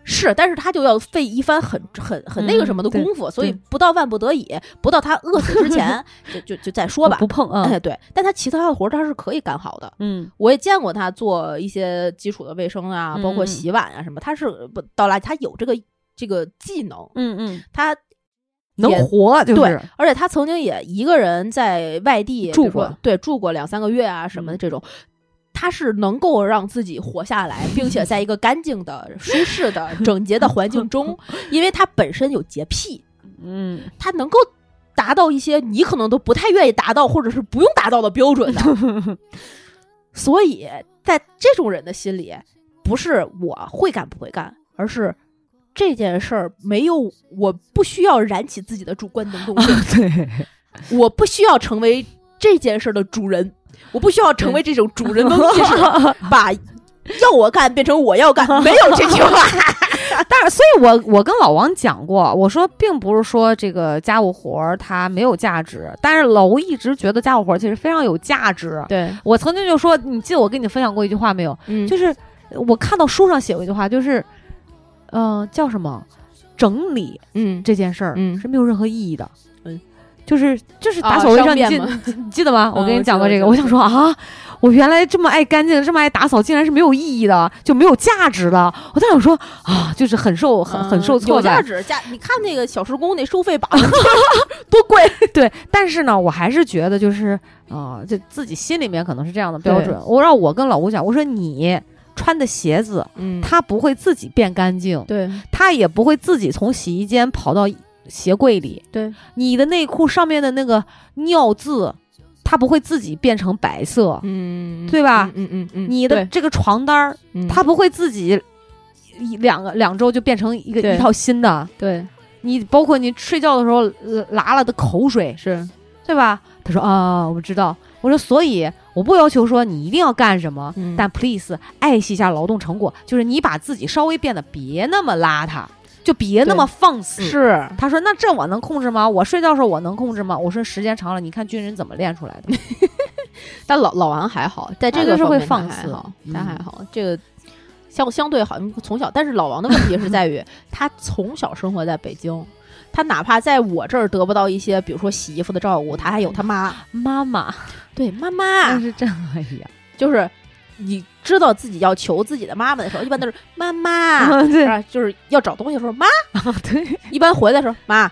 Speaker 3: 是，但是她就要费一番很很很那个什么的
Speaker 2: 嗯对
Speaker 3: 功夫，所以
Speaker 2: 对
Speaker 3: 不到万不得已，不到她饿死之前， 就就就再说吧
Speaker 2: 不。碰，
Speaker 3: 哎，
Speaker 2: 嗯
Speaker 3: 对，但她其他的活儿她是可以干好的，
Speaker 2: 嗯，
Speaker 3: 我也见过他做一些基础的卫生啊，
Speaker 2: 嗯
Speaker 3: 包括洗碗啊什么，他是不倒垃圾，他有这个这个技能，
Speaker 2: 嗯嗯，
Speaker 3: 他
Speaker 2: 能
Speaker 3: 也
Speaker 2: 活就是
Speaker 3: 而且他曾经也一个人在外地
Speaker 2: 住
Speaker 3: 比如说
Speaker 2: 过嗯
Speaker 3: 对，住过两三个月啊什么的这种。他是能够让自己活下来，并且在一个干净的、舒适的、 整洁的环境中，因为他本身有洁癖，
Speaker 2: 嗯，
Speaker 3: 他能够达到一些你可能都不太愿意达到，或者是不用达到的标准的。所以在这种人的心里，不是我会干不会干，而是这件事儿没有我不需要燃起自己的主观能动性，
Speaker 2: 对，
Speaker 3: 我不需要成为这件事儿的主人，我不需要成为这种主人翁意识，把要我干变成我要干，没有这句话。
Speaker 2: 但是，所以我我跟老王讲过，我说并不是说这个家务活儿它没有价值，但是老吴一直觉得家务活儿其实非常有价值。
Speaker 3: 对，
Speaker 2: 我曾经就说，你记得我跟你分享过一句话没有？
Speaker 3: 嗯
Speaker 2: 就是我看到书上写过一句话，就是，呃，叫什么？整理
Speaker 3: 嗯，
Speaker 2: 这件事儿
Speaker 3: 嗯
Speaker 2: 是没有任何意义的。
Speaker 3: 嗯，
Speaker 2: 就是就是
Speaker 3: 啊
Speaker 2: 打扫卫生，
Speaker 3: 商
Speaker 2: 你
Speaker 3: 店
Speaker 2: 记
Speaker 3: 嘛
Speaker 2: 你你记得吗？我
Speaker 3: 嗯
Speaker 2: 跟
Speaker 3: 我
Speaker 2: 你讲
Speaker 3: 知
Speaker 2: 过
Speaker 3: 道
Speaker 2: 这个，
Speaker 3: 我
Speaker 2: 我
Speaker 3: 知
Speaker 2: 想说啊，我原来这么爱干净，这么爱打扫，竟然是没有意义的，就没有价值的。我当时想说啊，就是很受很很受
Speaker 3: 嗯有
Speaker 2: 挫
Speaker 3: 价
Speaker 2: 败，
Speaker 3: 值。价，你看那个小时工那收费榜，
Speaker 2: 多贵。对，但是呢，我还是觉得就是啊，就自己心里面可能是这样的标
Speaker 3: 对
Speaker 2: 准。我让我跟老吴讲，我说你穿的鞋子，
Speaker 3: 嗯，
Speaker 2: 它不会自己变干净，
Speaker 3: 对
Speaker 2: 它也不会自己从洗衣间跑到鞋柜里。
Speaker 3: 对，
Speaker 2: 你的内裤上面的那个尿渍，它不会自己变成白色。
Speaker 3: 嗯，
Speaker 2: 对吧
Speaker 3: 嗯嗯嗯，
Speaker 2: 你的这个床单儿，
Speaker 3: 对
Speaker 2: 它不会自己一两个两周就变成一个
Speaker 3: 对
Speaker 2: 一套新的。
Speaker 3: 对
Speaker 2: 你包括你睡觉的时候呃拉了的口水，
Speaker 3: 是
Speaker 2: 对吧？他说啊，我知道。我说，所以我不要求说你一定要干什么，
Speaker 3: 嗯
Speaker 2: 但 please 爱惜一下劳动成果，就是你把自己稍微变得别那么邋遢，就别那
Speaker 3: 对
Speaker 2: 么放肆。
Speaker 3: 是
Speaker 2: 他说：“那这我能控制吗？我睡觉时候我能控制吗？”我说：“时间长了，你看军人怎么练出来的。
Speaker 3: 但老老王还好，在
Speaker 2: 他
Speaker 3: 这
Speaker 2: 就
Speaker 3: 个
Speaker 2: 是
Speaker 3: 方
Speaker 2: 会
Speaker 3: 面
Speaker 2: 放
Speaker 3: 他还
Speaker 2: 肆
Speaker 3: 好，他
Speaker 2: 嗯
Speaker 3: 还好，这个相相对好，从小，但是老王的问题是在于他从小生活在北京。他哪怕在我这儿得不到一些，比如说洗衣服的照顾，他还有他妈，
Speaker 2: 妈妈，
Speaker 3: 对妈
Speaker 2: 但
Speaker 3: 妈，
Speaker 2: 是这样。啊
Speaker 3: 就是你知道自己要求自己的妈妈的时候，一般都是妈妈，
Speaker 2: 啊，对，
Speaker 3: 啊，就是要找东西的时候妈，
Speaker 2: 对，
Speaker 3: 一般回来的时候妈，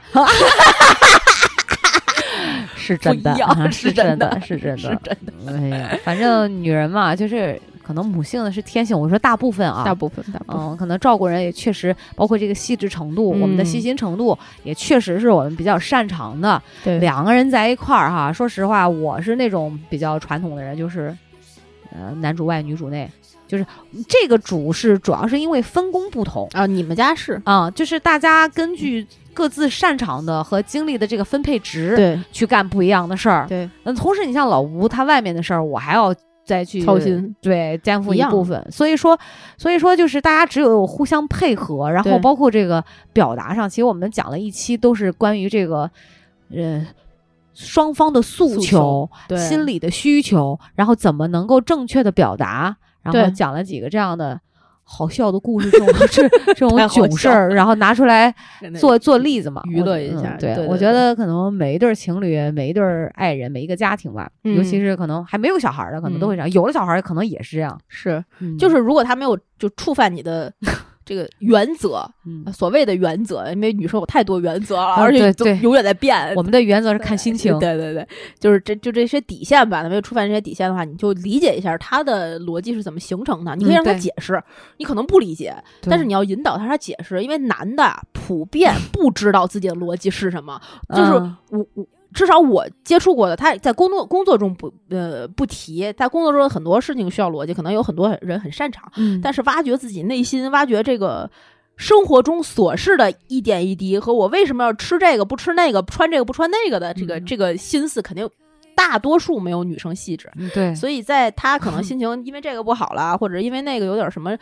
Speaker 2: 是
Speaker 3: 不
Speaker 2: 真
Speaker 3: 一
Speaker 2: 的，
Speaker 3: 样
Speaker 2: 啊
Speaker 3: 是
Speaker 2: 是
Speaker 3: 真的
Speaker 2: 的，是真
Speaker 3: 是
Speaker 2: 的，真的。哎呀，反正女人嘛，就是可能母性的是天性，我说大部分啊，
Speaker 3: 部分大
Speaker 2: 嗯，可能照顾人也确实，包括这个细致程度，我们的
Speaker 3: 嗯
Speaker 2: 细心程度也确实是我们比较擅长的。
Speaker 3: 对
Speaker 2: 两个人在一块儿哈，说实话，我是那种比较传统的人，就是呃男主外女主内，就是这个主是主要是因为分工不同
Speaker 3: 啊，你们家是
Speaker 2: 啊、就是大家根据各自擅长的和精力的这个分配值
Speaker 3: 对
Speaker 2: 去干不一样的事儿。
Speaker 3: 对，
Speaker 2: 嗯，同时你像老吴他外面的事儿，我还要再去
Speaker 3: 操心，
Speaker 2: 对，肩负
Speaker 3: 一
Speaker 2: 一
Speaker 3: 样
Speaker 2: 部分。所以说，所以说就是大家只有互相配合，然后
Speaker 3: 对
Speaker 2: 包括这个表达上，其实我们讲了一期都是关于这个，呃。双方的诉
Speaker 3: 诉
Speaker 2: 求
Speaker 3: 求、对
Speaker 2: 心理的需求，然后怎么能够正确的表达，然后
Speaker 3: 对
Speaker 2: 讲了几个这样的好笑的故事， 这种这这种
Speaker 3: 太好
Speaker 2: 囧事
Speaker 3: 笑
Speaker 2: 儿，然后拿出来做做例子嘛，
Speaker 3: 娱
Speaker 2: 我
Speaker 3: 乐
Speaker 2: 觉
Speaker 3: 一
Speaker 2: 嗯
Speaker 3: 下
Speaker 2: 对，
Speaker 3: 对
Speaker 2: 我
Speaker 3: 对
Speaker 2: 觉
Speaker 3: 对
Speaker 2: 得可能每一对儿情侣、每一对儿爱人、每一个家庭吧，尤其
Speaker 3: 嗯
Speaker 2: 是可能还没有小孩儿的，可能都
Speaker 3: 嗯
Speaker 2: 会这样；有了小孩儿，可能也是这样。
Speaker 3: 是，
Speaker 2: 嗯
Speaker 3: 就是如果他没有就触犯你的 这个原则，呃
Speaker 2: 嗯
Speaker 3: 所谓的原则，因为女生有太多原则了，
Speaker 2: 啊
Speaker 3: 而且
Speaker 2: 对
Speaker 3: 都
Speaker 2: 对
Speaker 3: 永远在变。
Speaker 2: 我们的原则是看心情。
Speaker 3: 呃对对对，就是这就这些底线吧，没有触犯这些底线的话，你就理解一下他的逻辑是怎么形成的。你可以
Speaker 2: 嗯
Speaker 3: 让他
Speaker 2: 对
Speaker 3: 解释，你可能不理解，
Speaker 2: 对
Speaker 3: 但是你要引导他他解释，因为男的啊普 遍不知道自己的逻辑是什么，就是
Speaker 2: 嗯
Speaker 3: 我我。至少我接触过的，他在工作工作中不呃不提，在工作中很多事情需要逻辑，可能有很多人很擅长，
Speaker 2: 嗯
Speaker 3: 但是挖掘自己内心，挖掘这个生活中琐事的一点一滴，和我为什么要吃这个不吃那个，穿这个不穿那个的这个、
Speaker 2: 嗯
Speaker 3: 这个心思，肯定大多数没有女生细致。
Speaker 2: 嗯对，
Speaker 3: 所以，在她可能心情因为这个不好了，或者因为那个有点什么，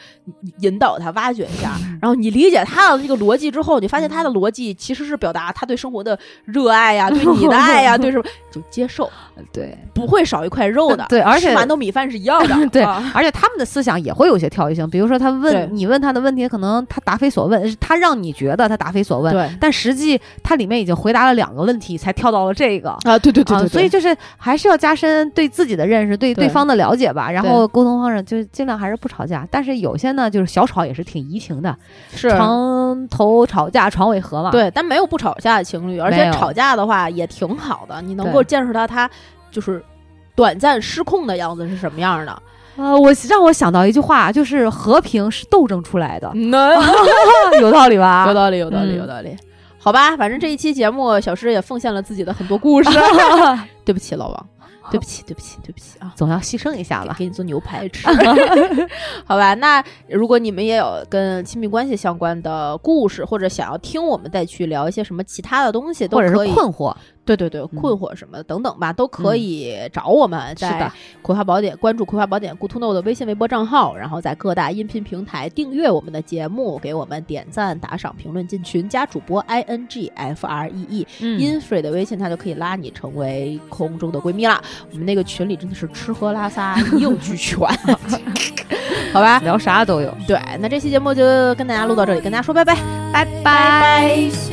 Speaker 3: 引导她挖掘一下，
Speaker 2: 嗯
Speaker 3: 然后你理解她的这个逻辑之后，你发现她的逻辑其实是表达她对生活的热 爱呀、对你的爱呀、对什么就接受，
Speaker 2: 对
Speaker 3: 不会少一块肉的。
Speaker 2: 对而且。
Speaker 3: 吃馒头米饭是一样的
Speaker 2: 对
Speaker 3: 啊，
Speaker 2: 而且他们的思想也会有一些跳跃性，比如说他
Speaker 3: 对
Speaker 2: 问你问他的问题，可能他答非所问，他让你觉得他答非所问，
Speaker 3: 对
Speaker 2: 但实际他里面已经回答了两个问题，才跳到了这个。
Speaker 3: 啊，对对对
Speaker 2: 啊，
Speaker 3: 对，
Speaker 2: 所以就是还是要加深对自己的认识，对
Speaker 3: 对
Speaker 2: 对方的了解吧，然
Speaker 3: 对
Speaker 2: 后沟通方式就是尽量还是不吵架，但是有些呢就是小吵也是挺怡情的，
Speaker 3: 是
Speaker 2: 床头吵架床尾和嘛，
Speaker 3: 对，但没有不吵架的情侣，而
Speaker 2: 没
Speaker 3: 且
Speaker 2: 有
Speaker 3: 吵架的话也挺好的，你能
Speaker 2: 对
Speaker 3: 够见识到他就是短暂失控的样子是什么样 的。
Speaker 2: 呃，我让我想到一句话，就是和平是斗争出来的，
Speaker 3: 能嗯
Speaker 2: 有道理吧？
Speaker 3: 啊有道理，有道理，
Speaker 2: 嗯
Speaker 3: 有道理。好吧，反正这一期节目，小诗也奉献了自己的很 多故事。对不起，老王，对不起，对不起，对不起啊！
Speaker 2: 总要牺牲一下吧。
Speaker 3: 给你做牛 排吃， 好吧？那如果你们也有跟亲密关系相关的故事，或者想要听我们再去聊一些什么其他的东西，都
Speaker 2: 或者是
Speaker 3: 可以
Speaker 2: 困惑，
Speaker 3: 对对对，
Speaker 2: 嗯
Speaker 3: 困惑什么的等等吧，都可以找我们，
Speaker 2: 是的
Speaker 3: 在葵花宝典关注葵花宝典 Good to Know 的微信、微博账号，然后在各大音频平台订阅我们的节目，给我们点赞、打赏、评论、进群，加主播 i n g f r e e，
Speaker 2: 嗯，
Speaker 3: 音水的微信，他就可以拉你成为空中的闺蜜啦。我们那个群里真的是吃喝拉撒一应 俱全，好吧？
Speaker 2: 聊啥都有。
Speaker 3: 对，那这期节目就跟大家录到这里，跟大家说拜拜，
Speaker 4: 「
Speaker 7: 拜拜
Speaker 2: 拜